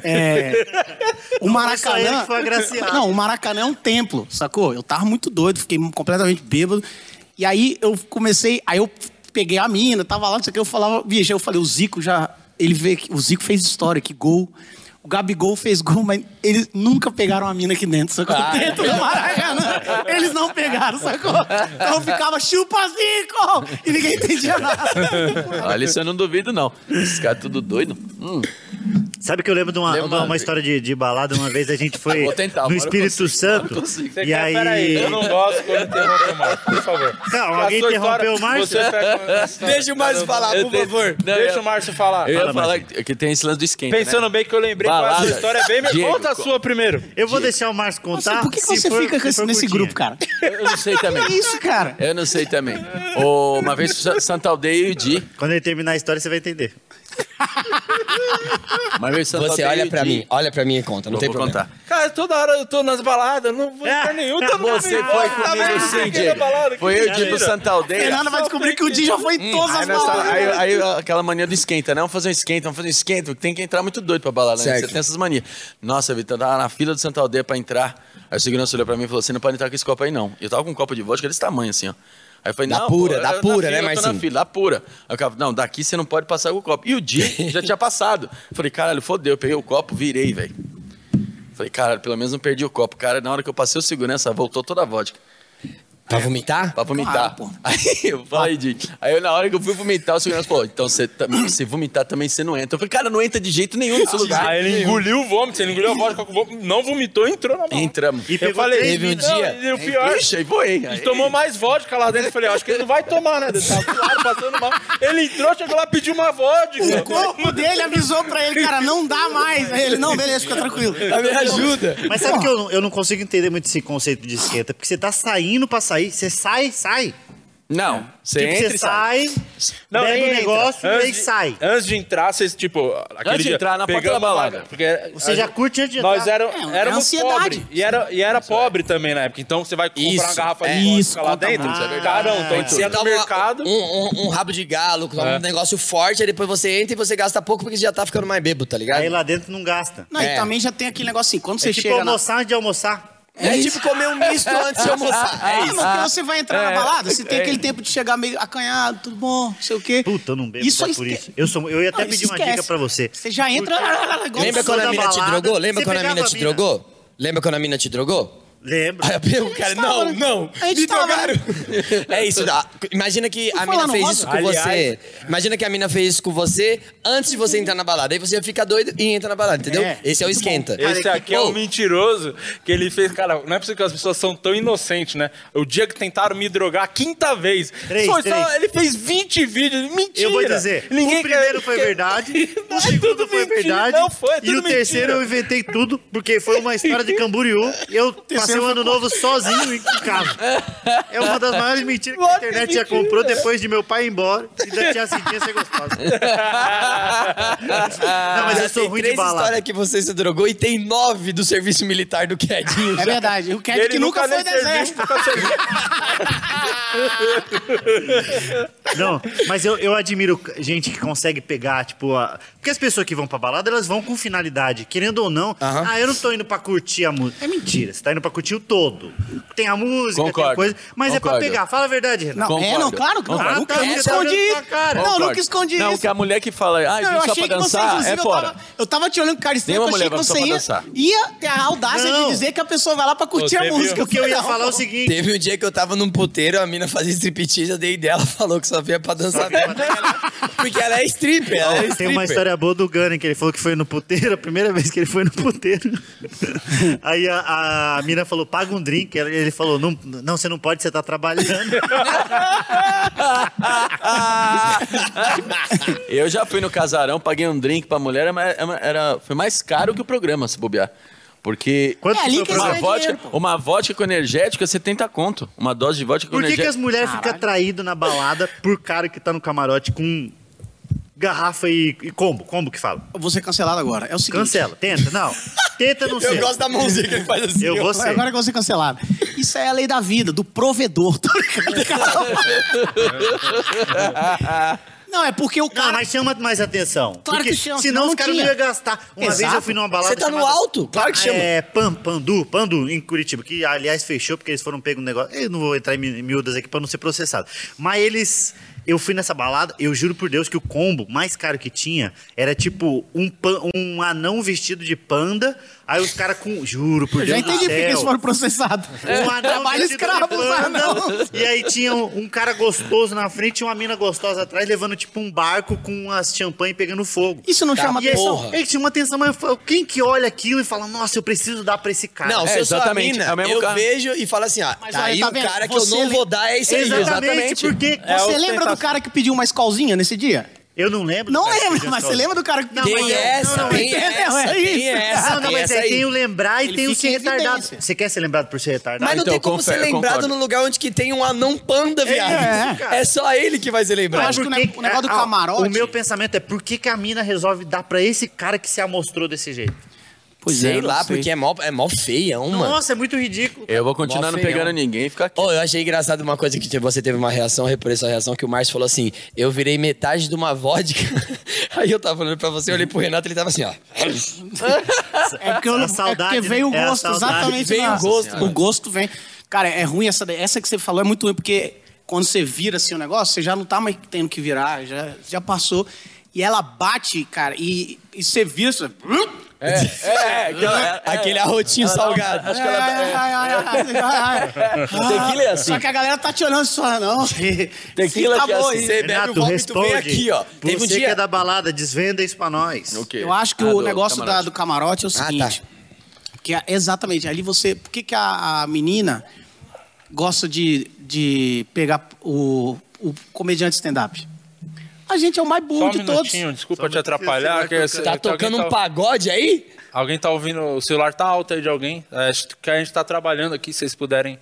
[SPEAKER 5] é, o
[SPEAKER 1] só ele
[SPEAKER 5] Maracanã.
[SPEAKER 1] que foi agraciado.
[SPEAKER 5] Não, o Maracanã é um templo, sacou? Eu tava muito doido, fiquei completamente bêbado. E aí eu comecei, aí eu peguei a mina, tava lá, não sei o que, eu falava, bicho, aí eu falei, o Zico já. Ele veio aqui, o Zico fez história, que gol. O O Gabigol fez gol, mas eles nunca pegaram a mina aqui dentro, sacou? Dentro do Maracanã. Eles não pegaram, sacou? Então ficava chupa zico! E ninguém entendia
[SPEAKER 1] Tá.
[SPEAKER 5] nada.
[SPEAKER 4] Olha, isso eu não duvido, não. Esses caras tudo doido. Hum.
[SPEAKER 1] Sabe que eu lembro de uma,
[SPEAKER 4] Lembra,
[SPEAKER 1] uma, uma
[SPEAKER 4] André?
[SPEAKER 1] história de, de balada, uma vez a gente foi
[SPEAKER 4] Ah, Vou tentar,
[SPEAKER 1] no
[SPEAKER 4] agora eu
[SPEAKER 1] Espírito
[SPEAKER 4] consigo, agora eu
[SPEAKER 1] Santo.
[SPEAKER 4] consigo.
[SPEAKER 2] Você
[SPEAKER 1] E
[SPEAKER 2] quer-
[SPEAKER 1] aí-
[SPEAKER 2] Peraí, eu não gosto quando interrompe o Márcio, por favor.
[SPEAKER 1] Calma, alguém
[SPEAKER 2] A sua história-
[SPEAKER 1] interrompeu o Márcio?
[SPEAKER 2] Você pega-
[SPEAKER 3] Deixa o Márcio falar,
[SPEAKER 4] Eu
[SPEAKER 3] por
[SPEAKER 4] tenho-
[SPEAKER 3] favor.
[SPEAKER 4] Não, eu-
[SPEAKER 2] Deixa o Márcio falar.
[SPEAKER 4] Eu ia
[SPEAKER 1] Fala,
[SPEAKER 4] falar que, que tem esse lance do né? esquenta.
[SPEAKER 2] Pensando bem que eu lembrei qual é a sua
[SPEAKER 4] Balada.
[SPEAKER 2] história. é Bem...
[SPEAKER 4] Diego,
[SPEAKER 2] Conta a
[SPEAKER 4] qual-
[SPEAKER 2] sua primeiro.
[SPEAKER 1] Eu vou deixar o Márcio contar.
[SPEAKER 5] Por que, que
[SPEAKER 1] se
[SPEAKER 5] você
[SPEAKER 1] for-
[SPEAKER 5] fica
[SPEAKER 1] se
[SPEAKER 5] com esse-
[SPEAKER 1] for
[SPEAKER 5] nesse
[SPEAKER 1] curtinha.
[SPEAKER 5] grupo, cara?
[SPEAKER 4] né? Eu não sei também.
[SPEAKER 5] Que isso, cara?
[SPEAKER 4] Eu não sei também. Ô, uma vez Sa- Santa Aldeia e o Di.
[SPEAKER 1] Quando ele terminar a história, você vai entender.
[SPEAKER 4] Uma vez Santa
[SPEAKER 3] Você
[SPEAKER 4] Aldeia e
[SPEAKER 3] olha
[SPEAKER 4] o
[SPEAKER 3] pra
[SPEAKER 4] Di.
[SPEAKER 3] mim, olha pra mim e conta, não
[SPEAKER 4] Vou,
[SPEAKER 3] tem
[SPEAKER 4] vou
[SPEAKER 3] problema.
[SPEAKER 4] contar.
[SPEAKER 2] Cara, toda hora eu tô nas baladas, não vou um, pra nenhum, tô no
[SPEAKER 4] Você
[SPEAKER 2] caminho.
[SPEAKER 4] foi
[SPEAKER 2] Ah, tá
[SPEAKER 4] comigo
[SPEAKER 2] vendo?
[SPEAKER 4] sim,
[SPEAKER 2] Fiquei
[SPEAKER 4] Diego.
[SPEAKER 2] na balada, que
[SPEAKER 4] Foi eu,
[SPEAKER 2] mentira.
[SPEAKER 4] Di,
[SPEAKER 3] né?
[SPEAKER 4] pro Santa Aldeia.
[SPEAKER 5] Fernanda vai descobrir que o Di já foi em todas
[SPEAKER 4] Aí, tá
[SPEAKER 5] as
[SPEAKER 4] nessa-
[SPEAKER 5] baladas.
[SPEAKER 4] aí- aí, ó, aquela mania do esquenta, né? Vamos fazer um esquenta, vamos fazer um esquenta. Tem que entrar muito doido pra balada, né?
[SPEAKER 3] Certo.
[SPEAKER 4] Você tem essas manias. Nossa, Vitor, eu tava na fila do Santa Aldeia pra entrar. Aí o segurança olhou pra mim e falou assim: não pode entrar com esse copo aí, não. E Eu tava com um copo de vodka desse tamanho, assim, ó. Aí eu falei,
[SPEAKER 3] Da
[SPEAKER 4] não,
[SPEAKER 3] pura,
[SPEAKER 4] pô,
[SPEAKER 3] da
[SPEAKER 4] eu- na
[SPEAKER 3] pura,
[SPEAKER 4] fila,
[SPEAKER 3] né,
[SPEAKER 4] eu tô na
[SPEAKER 3] Marcinho?
[SPEAKER 4] fila, da pura. Aí o cara, não, daqui você não pode passar com o copo. E o dia já tinha passado. Eu Falei, caralho, fodeu. Eu peguei o copo, virei, velho. Falei, cara, pelo menos não perdi o copo. Cara, na hora que eu passei o segurança, voltou toda a vodka.
[SPEAKER 3] Pra vomitar?
[SPEAKER 4] Pra
[SPEAKER 5] Claro,
[SPEAKER 4] vomitar.
[SPEAKER 5] pô.
[SPEAKER 4] aí eu falei, de... aí eu, na hora que eu fui vomitar, o segurança falou: então você tá- se vomitar também você não entra. Eu falei, cara, não entra de jeito nenhum
[SPEAKER 2] Ah,
[SPEAKER 4] nesse lugar.
[SPEAKER 2] Aí ele engoliu o vômito, ele engoliu a vodka, com o vômito, não vomitou, entrou na mão.
[SPEAKER 4] Entramos.
[SPEAKER 1] E
[SPEAKER 2] Eu
[SPEAKER 1] pegou
[SPEAKER 2] falei,
[SPEAKER 1] três
[SPEAKER 3] teve um
[SPEAKER 1] minas.
[SPEAKER 3] dia-
[SPEAKER 2] não, e o pior,
[SPEAKER 4] Ixi, aí voei.
[SPEAKER 2] ele
[SPEAKER 4] Aí-
[SPEAKER 2] tomou mais vodka lá dentro, eu falei, acho que ele não vai tomar, né? Ele tava do lado, passando mal. Ele entrou, chegou lá, pediu uma vodka.
[SPEAKER 5] O corpo dele avisou pra ele, cara, não dá mais. Aí ele, não, beleza, fica tranquilo.
[SPEAKER 3] Me ajuda.
[SPEAKER 1] Mas sabe que eu, não- eu não consigo entender muito esse conceito de esquenta? Porque você tá saindo pra sair, você sai, sai.
[SPEAKER 4] Não, você
[SPEAKER 1] tipo,
[SPEAKER 4] entra
[SPEAKER 1] você
[SPEAKER 4] e sai.
[SPEAKER 1] sai,
[SPEAKER 2] Não,
[SPEAKER 1] bebe
[SPEAKER 2] nem
[SPEAKER 1] um
[SPEAKER 2] entra.
[SPEAKER 1] negócio
[SPEAKER 2] Antes
[SPEAKER 1] e aí
[SPEAKER 2] de-
[SPEAKER 1] sai.
[SPEAKER 2] Antes de entrar, vocês, tipo, aquele
[SPEAKER 4] de
[SPEAKER 2] dia,
[SPEAKER 4] entrar, na porta
[SPEAKER 2] pegamos
[SPEAKER 4] da
[SPEAKER 2] a
[SPEAKER 4] balada.
[SPEAKER 2] vaga, Porque
[SPEAKER 1] Você
[SPEAKER 2] a
[SPEAKER 1] já
[SPEAKER 2] gente-
[SPEAKER 1] curte antes de
[SPEAKER 2] Nós
[SPEAKER 1] entrar.
[SPEAKER 2] era,
[SPEAKER 5] É, é
[SPEAKER 2] éramos
[SPEAKER 5] ansiedade.
[SPEAKER 2] pobres. E era, e era pobre também na época. Então você vai comprar uma
[SPEAKER 3] Isso,
[SPEAKER 2] garrafa
[SPEAKER 3] é.
[SPEAKER 2] de vodka
[SPEAKER 5] Isso,
[SPEAKER 2] lá
[SPEAKER 5] conta
[SPEAKER 2] dentro.
[SPEAKER 5] muito.
[SPEAKER 2] Ah, Carão, então
[SPEAKER 1] Pode
[SPEAKER 2] você ia
[SPEAKER 3] Dá
[SPEAKER 2] no
[SPEAKER 3] tá uma-
[SPEAKER 2] mercado.
[SPEAKER 3] Um, um- um rabo de galo, com um negócio forte, aí depois você entra e você gasta pouco porque já tá ficando mais bêbado, tá ligado?
[SPEAKER 1] Aí lá dentro não gasta.
[SPEAKER 5] Não,
[SPEAKER 3] É.
[SPEAKER 5] e também já tem aquele negócio assim, quando
[SPEAKER 1] É
[SPEAKER 5] você
[SPEAKER 1] tipo
[SPEAKER 5] chega na...
[SPEAKER 1] almoçar antes de almoçar.
[SPEAKER 3] É tipo comer um misto antes de almoçar.
[SPEAKER 5] Ah, mas porque você vai entrar na balada, você tem aquele tempo de chegar meio acanhado, tudo bom, não sei o quê.
[SPEAKER 1] Puta, eu não bebo
[SPEAKER 5] Isso
[SPEAKER 1] só
[SPEAKER 5] aí
[SPEAKER 1] por
[SPEAKER 5] esque-
[SPEAKER 1] isso. Eu, sou, eu ia até
[SPEAKER 5] Não,
[SPEAKER 1] pedir
[SPEAKER 5] isso
[SPEAKER 1] uma
[SPEAKER 5] esquece.
[SPEAKER 1] dica pra você.
[SPEAKER 5] Você já entra... igual tá
[SPEAKER 1] Você
[SPEAKER 3] Lembra quando
[SPEAKER 1] da
[SPEAKER 3] a mina te
[SPEAKER 1] balada,
[SPEAKER 3] drogou? Lembra
[SPEAKER 1] você
[SPEAKER 3] quando a
[SPEAKER 1] pegava
[SPEAKER 3] mina
[SPEAKER 1] a
[SPEAKER 3] te
[SPEAKER 1] mina.
[SPEAKER 3] drogou? Lembra quando a mina te drogou?
[SPEAKER 1] Lembra?
[SPEAKER 3] Aí eu pego, cara, não, não.
[SPEAKER 5] A gente
[SPEAKER 3] Me
[SPEAKER 5] tava,
[SPEAKER 3] drogaram. É isso. dá. Imagina que a
[SPEAKER 5] foi lá
[SPEAKER 3] mina
[SPEAKER 5] no
[SPEAKER 3] fez
[SPEAKER 5] Rosa?
[SPEAKER 3] isso com
[SPEAKER 2] Aliás-
[SPEAKER 3] você. Imagina que a mina fez isso com você antes de você entrar na balada. Aí você fica doido e entra na balada, entendeu?
[SPEAKER 5] É,
[SPEAKER 3] Esse é o esquenta.
[SPEAKER 2] Esse
[SPEAKER 1] Cara,
[SPEAKER 2] aqui é um
[SPEAKER 3] Pô.
[SPEAKER 2] mentiroso que ele fez. Cara, não é possível que as pessoas são tão inocentes, né? O dia que tentaram me drogar, a quinta vez.
[SPEAKER 1] Três,
[SPEAKER 2] Foi só-
[SPEAKER 1] três.
[SPEAKER 2] ele fez 20 vídeos. Mentira.
[SPEAKER 1] Eu vou dizer,
[SPEAKER 2] Ninguém
[SPEAKER 1] o primeiro
[SPEAKER 2] quer-
[SPEAKER 1] foi
[SPEAKER 2] quer-
[SPEAKER 1] verdade,
[SPEAKER 2] Não, é
[SPEAKER 1] o segundo
[SPEAKER 2] tudo
[SPEAKER 1] foi
[SPEAKER 2] mentira,
[SPEAKER 1] verdade,
[SPEAKER 2] Não foi, é
[SPEAKER 1] e o
[SPEAKER 2] tudo mentira.
[SPEAKER 1] terceiro eu inventei tudo, porque foi uma história de Camboriú, e eu passei o ano novo sozinho em casa. É uma das maiores mentiras que a
[SPEAKER 2] Nossa,
[SPEAKER 1] internet já
[SPEAKER 2] mentira.
[SPEAKER 1] comprou depois de meu pai ir embora, e da tia Cidinha ser gostosa. Não, mas eu
[SPEAKER 3] tem
[SPEAKER 1] sou ruim de
[SPEAKER 3] três
[SPEAKER 1] balada.
[SPEAKER 3] histórias que você se drogou e tem nove do serviço militar do Quedinho.
[SPEAKER 5] É verdade, o Ked
[SPEAKER 2] Ele
[SPEAKER 5] que nunca, foi
[SPEAKER 2] nem serviu,
[SPEAKER 5] deserto.
[SPEAKER 2] nunca serviu.
[SPEAKER 1] Não, mas eu, eu admiro gente que consegue pegar, tipo, a... porque as pessoas que vão pra balada, elas vão com finalidade, querendo ou não. Ah, eu não tô indo pra curtir a música. É mentira, você tá indo pra curtir o todo. Tem a música, tem
[SPEAKER 4] Concordo.
[SPEAKER 1] a coisa, mas é pra
[SPEAKER 4] Concordo.
[SPEAKER 1] pegar. Fala a verdade, Renan.
[SPEAKER 5] Não, é,
[SPEAKER 4] Concordo.
[SPEAKER 5] não, claro que não.
[SPEAKER 1] Concordo.
[SPEAKER 5] nunca,
[SPEAKER 1] Ah, tá,
[SPEAKER 5] nunca
[SPEAKER 1] você tá
[SPEAKER 5] escondi
[SPEAKER 1] olhando
[SPEAKER 5] isso.
[SPEAKER 1] pra cara.
[SPEAKER 5] Não, eu
[SPEAKER 4] Concordo.
[SPEAKER 5] nunca escondi
[SPEAKER 4] Não,
[SPEAKER 5] isso.
[SPEAKER 4] que a mulher que fala, ah,
[SPEAKER 5] Não, eu
[SPEAKER 4] vim só pra
[SPEAKER 5] achei que você,
[SPEAKER 4] dançar,
[SPEAKER 5] inclusive,
[SPEAKER 4] é
[SPEAKER 5] eu
[SPEAKER 4] fora.
[SPEAKER 5] tava, eu tava te olhando com cara estranho,
[SPEAKER 4] Nenhuma
[SPEAKER 5] eu achei que
[SPEAKER 4] mulher vai só
[SPEAKER 5] você
[SPEAKER 4] pra
[SPEAKER 5] ia,
[SPEAKER 4] dançar.
[SPEAKER 5] ia ter a audácia
[SPEAKER 1] Não.
[SPEAKER 5] de dizer que a pessoa vai lá pra curtir
[SPEAKER 2] Você
[SPEAKER 5] a
[SPEAKER 2] viu?
[SPEAKER 5] música.
[SPEAKER 1] O que eu ia
[SPEAKER 5] Não.
[SPEAKER 1] falar é o seguinte.
[SPEAKER 3] Teve um dia que eu tava num puteiro, a mina fazia striptease, eu dei dela, falou que só vinha pra dançar mesmo, porque ela- porque ela é stripper, ela é
[SPEAKER 1] Tem uma
[SPEAKER 3] stripper.
[SPEAKER 1] história boa do Gunner, que ele falou que foi no puteiro, a primeira vez que ele foi no puteiro. Aí a, a mina falou, paga um drink. Ela- Ele falou, não, não, você não pode, você tá trabalhando.
[SPEAKER 5] É
[SPEAKER 4] Eu já fui no casarão, paguei um drink pra mulher, era, mais- era- era- foi mais caro que o programa, se bobear. Porque
[SPEAKER 1] Quanto
[SPEAKER 5] É ali
[SPEAKER 1] foi o
[SPEAKER 5] que
[SPEAKER 4] uma
[SPEAKER 1] programa?
[SPEAKER 5] eles
[SPEAKER 4] vodka,
[SPEAKER 5] dinheiro, pô.
[SPEAKER 4] uma vodka com energético é 70 conto. Uma dose de vodka com
[SPEAKER 1] Por que, que
[SPEAKER 4] energético.
[SPEAKER 1] as mulheres ficam atraídas na balada por cara que tá no camarote com garrafa e, e combo? Combo que fala.
[SPEAKER 5] Eu vou ser cancelado agora. É o seguinte.
[SPEAKER 1] Cancela, tenta, não. Tenta não
[SPEAKER 3] Eu
[SPEAKER 1] ser.
[SPEAKER 3] gosto da mãozinha que ele faz assim.
[SPEAKER 1] Eu vou ser.
[SPEAKER 5] Agora que eu vou ser cancelado. Isso é a lei da vida, do provedor, tá ligado? Não, é porque o
[SPEAKER 1] Não,
[SPEAKER 5] cara.
[SPEAKER 1] mas chama mais atenção.
[SPEAKER 5] Claro
[SPEAKER 1] Porque
[SPEAKER 5] que chama,
[SPEAKER 1] Senão
[SPEAKER 5] não
[SPEAKER 1] os caras não
[SPEAKER 5] tinha.
[SPEAKER 1] iam gastar. Uma vez
[SPEAKER 5] Exato.
[SPEAKER 1] eu fui numa balada.
[SPEAKER 3] Você tá no
[SPEAKER 1] chamada-
[SPEAKER 3] alto? Claro que chama.
[SPEAKER 1] É, Pan- Pandu, Pandu, em Curitiba, que aliás fechou porque eles foron pegos no negócio. Eu não vou entrar em mi- miúdas aqui pra não ser processado. Mas eles. Eu fui nessa balada, eu juro por Deus que o combo mais caro que tinha era tipo um, pan- um anão vestido de panda, aí os caras com. Juro por
[SPEAKER 5] Eu
[SPEAKER 1] Deus.
[SPEAKER 5] já entendi
[SPEAKER 1] do
[SPEAKER 5] porque
[SPEAKER 1] céu.
[SPEAKER 5] eles foram processados.
[SPEAKER 4] É,
[SPEAKER 3] É,
[SPEAKER 1] Um anão
[SPEAKER 5] Trabalho
[SPEAKER 1] vestido
[SPEAKER 5] escravo,
[SPEAKER 1] de
[SPEAKER 3] um
[SPEAKER 5] os
[SPEAKER 1] panda,
[SPEAKER 5] anãos.
[SPEAKER 1] E aí tinha um, um cara gostoso na frente e uma mina gostosa atrás, levando tipo um barco com as champanhe pegando fogo. Tá,
[SPEAKER 5] Isso não chama
[SPEAKER 1] E aí,
[SPEAKER 5] atenção.
[SPEAKER 1] ele tinha uma atenção, mas eu falo, quem que olha aquilo e fala, nossa, eu preciso dar pra esse cara?
[SPEAKER 3] Não,
[SPEAKER 4] É,
[SPEAKER 3] se eu sou a
[SPEAKER 4] exatamente,
[SPEAKER 3] mina,
[SPEAKER 4] é o mesmo
[SPEAKER 3] eu
[SPEAKER 4] cara.
[SPEAKER 3] vejo e falo assim, ó, tá
[SPEAKER 5] olha,
[SPEAKER 3] aí
[SPEAKER 5] tá
[SPEAKER 3] o
[SPEAKER 5] vendo?
[SPEAKER 3] cara que eu
[SPEAKER 5] Você
[SPEAKER 3] não
[SPEAKER 5] le-
[SPEAKER 3] vou dar é esse aí.
[SPEAKER 1] exatamente,
[SPEAKER 4] exatamente.
[SPEAKER 1] porque
[SPEAKER 3] É
[SPEAKER 5] Você
[SPEAKER 2] a
[SPEAKER 5] lembra do
[SPEAKER 2] ostentação.
[SPEAKER 5] cara que pediu uma escolzinha nesse dia?
[SPEAKER 1] eu não lembro.
[SPEAKER 5] Não
[SPEAKER 1] cara, que
[SPEAKER 5] lembra,
[SPEAKER 1] tinha
[SPEAKER 5] mas
[SPEAKER 1] só-
[SPEAKER 5] você lembra do cara que
[SPEAKER 1] Não,
[SPEAKER 5] pediu?
[SPEAKER 1] mas
[SPEAKER 3] Tem
[SPEAKER 1] eu-
[SPEAKER 3] essa,
[SPEAKER 1] não, não,
[SPEAKER 3] tem
[SPEAKER 5] é
[SPEAKER 3] essa,
[SPEAKER 5] isso.
[SPEAKER 3] tem essa,
[SPEAKER 1] Não, não,
[SPEAKER 3] tem
[SPEAKER 1] mas
[SPEAKER 3] essa
[SPEAKER 1] é,
[SPEAKER 3] aí.
[SPEAKER 1] tem o lembrar e
[SPEAKER 5] Ele
[SPEAKER 1] tem o
[SPEAKER 5] fica
[SPEAKER 1] ser
[SPEAKER 5] em
[SPEAKER 1] retardado.
[SPEAKER 5] evidência.
[SPEAKER 1] Você quer ser lembrado por ser retardado?
[SPEAKER 3] Mas não
[SPEAKER 4] então,
[SPEAKER 3] tem como
[SPEAKER 4] confere-
[SPEAKER 3] ser lembrado
[SPEAKER 4] concordo.
[SPEAKER 3] no lugar onde que tem um anão panda,
[SPEAKER 5] é,
[SPEAKER 3] viado.
[SPEAKER 1] cara.
[SPEAKER 3] É, só ele que vai ser
[SPEAKER 1] Mas
[SPEAKER 3] lembrado.
[SPEAKER 5] acho que o
[SPEAKER 1] por
[SPEAKER 5] ne- o negócio do camarote-
[SPEAKER 1] O meu pensamento é por que, que a mina resolve dar pra esse cara que se amostrou desse jeito?
[SPEAKER 4] Pois
[SPEAKER 3] sei
[SPEAKER 4] eu não
[SPEAKER 3] lá,
[SPEAKER 4] sei.
[SPEAKER 3] porque é mó, é mó feião, mano.
[SPEAKER 1] Nossa, é muito ridículo.
[SPEAKER 4] Eu vou continuar
[SPEAKER 3] Mó
[SPEAKER 4] não
[SPEAKER 3] feião.
[SPEAKER 4] pegando ninguém e ficar quieto.
[SPEAKER 3] Oh, eu achei engraçado uma coisa que te- você teve uma reação, reparei sua reação, que o Márcio falou assim: eu virei metade de uma vodka. Aí eu tava falando pra você, eu olhei pro Renato ele tava assim, ó.
[SPEAKER 5] É porque, eu não,
[SPEAKER 1] a saudade,
[SPEAKER 5] é porque veio o
[SPEAKER 1] né? É a
[SPEAKER 5] gosto,
[SPEAKER 1] saudade. É.
[SPEAKER 5] exatamente.
[SPEAKER 3] Veio o
[SPEAKER 5] Nossa
[SPEAKER 3] gosto,
[SPEAKER 5] Senhora. O gosto vem. Cara, é ruim essa. daí. Essa que você falou é muito ruim, porque quando você vira assim o negócio, você já não tá mais tendo que virar, já, já passou. E ela bate, cara, e, e você vira. Você...
[SPEAKER 4] É, aquela-
[SPEAKER 3] Aquele arrotinho salgado.
[SPEAKER 5] É,
[SPEAKER 4] Acho que ela-
[SPEAKER 5] Ai, ai, ai, ai, ai, ai.
[SPEAKER 4] Tequila é assim.
[SPEAKER 5] é, Só que a galera tá te olhando só, não.
[SPEAKER 4] Tequila
[SPEAKER 5] Sim, tá
[SPEAKER 4] que é
[SPEAKER 5] bom,
[SPEAKER 4] assim,
[SPEAKER 5] hein?
[SPEAKER 4] você-
[SPEAKER 3] bebe o
[SPEAKER 1] Renato,
[SPEAKER 3] vômito,
[SPEAKER 1] responde.
[SPEAKER 3] vem aqui, ó. Teve um
[SPEAKER 1] você
[SPEAKER 3] dia-
[SPEAKER 1] que é da balada, desvenda isso pra nós.
[SPEAKER 4] O quê?
[SPEAKER 5] Eu acho que
[SPEAKER 4] Ah,
[SPEAKER 5] o
[SPEAKER 4] do
[SPEAKER 5] negócio da-
[SPEAKER 4] camarote.
[SPEAKER 5] do camarote é o
[SPEAKER 1] tá.
[SPEAKER 3] Ah,
[SPEAKER 5] seguinte. que é- exatamente, ali você. Por que, que a, a menina gosta de, de pegar o, o comediante stand-up? A gente é o mais
[SPEAKER 2] Só
[SPEAKER 5] burro
[SPEAKER 2] um
[SPEAKER 5] de todos.
[SPEAKER 2] minutinho, desculpa
[SPEAKER 1] Só um
[SPEAKER 2] te
[SPEAKER 1] minutinho, você
[SPEAKER 2] atrapalhar.
[SPEAKER 1] vai
[SPEAKER 2] que
[SPEAKER 1] tocando.
[SPEAKER 3] Tá
[SPEAKER 2] alguém
[SPEAKER 3] tocando um
[SPEAKER 2] tá-
[SPEAKER 3] pagode aí?
[SPEAKER 2] Alguém tá ouvindo, o celular tá alto aí de alguém. É, acho que a gente tá trabalhando aqui, se vocês puderem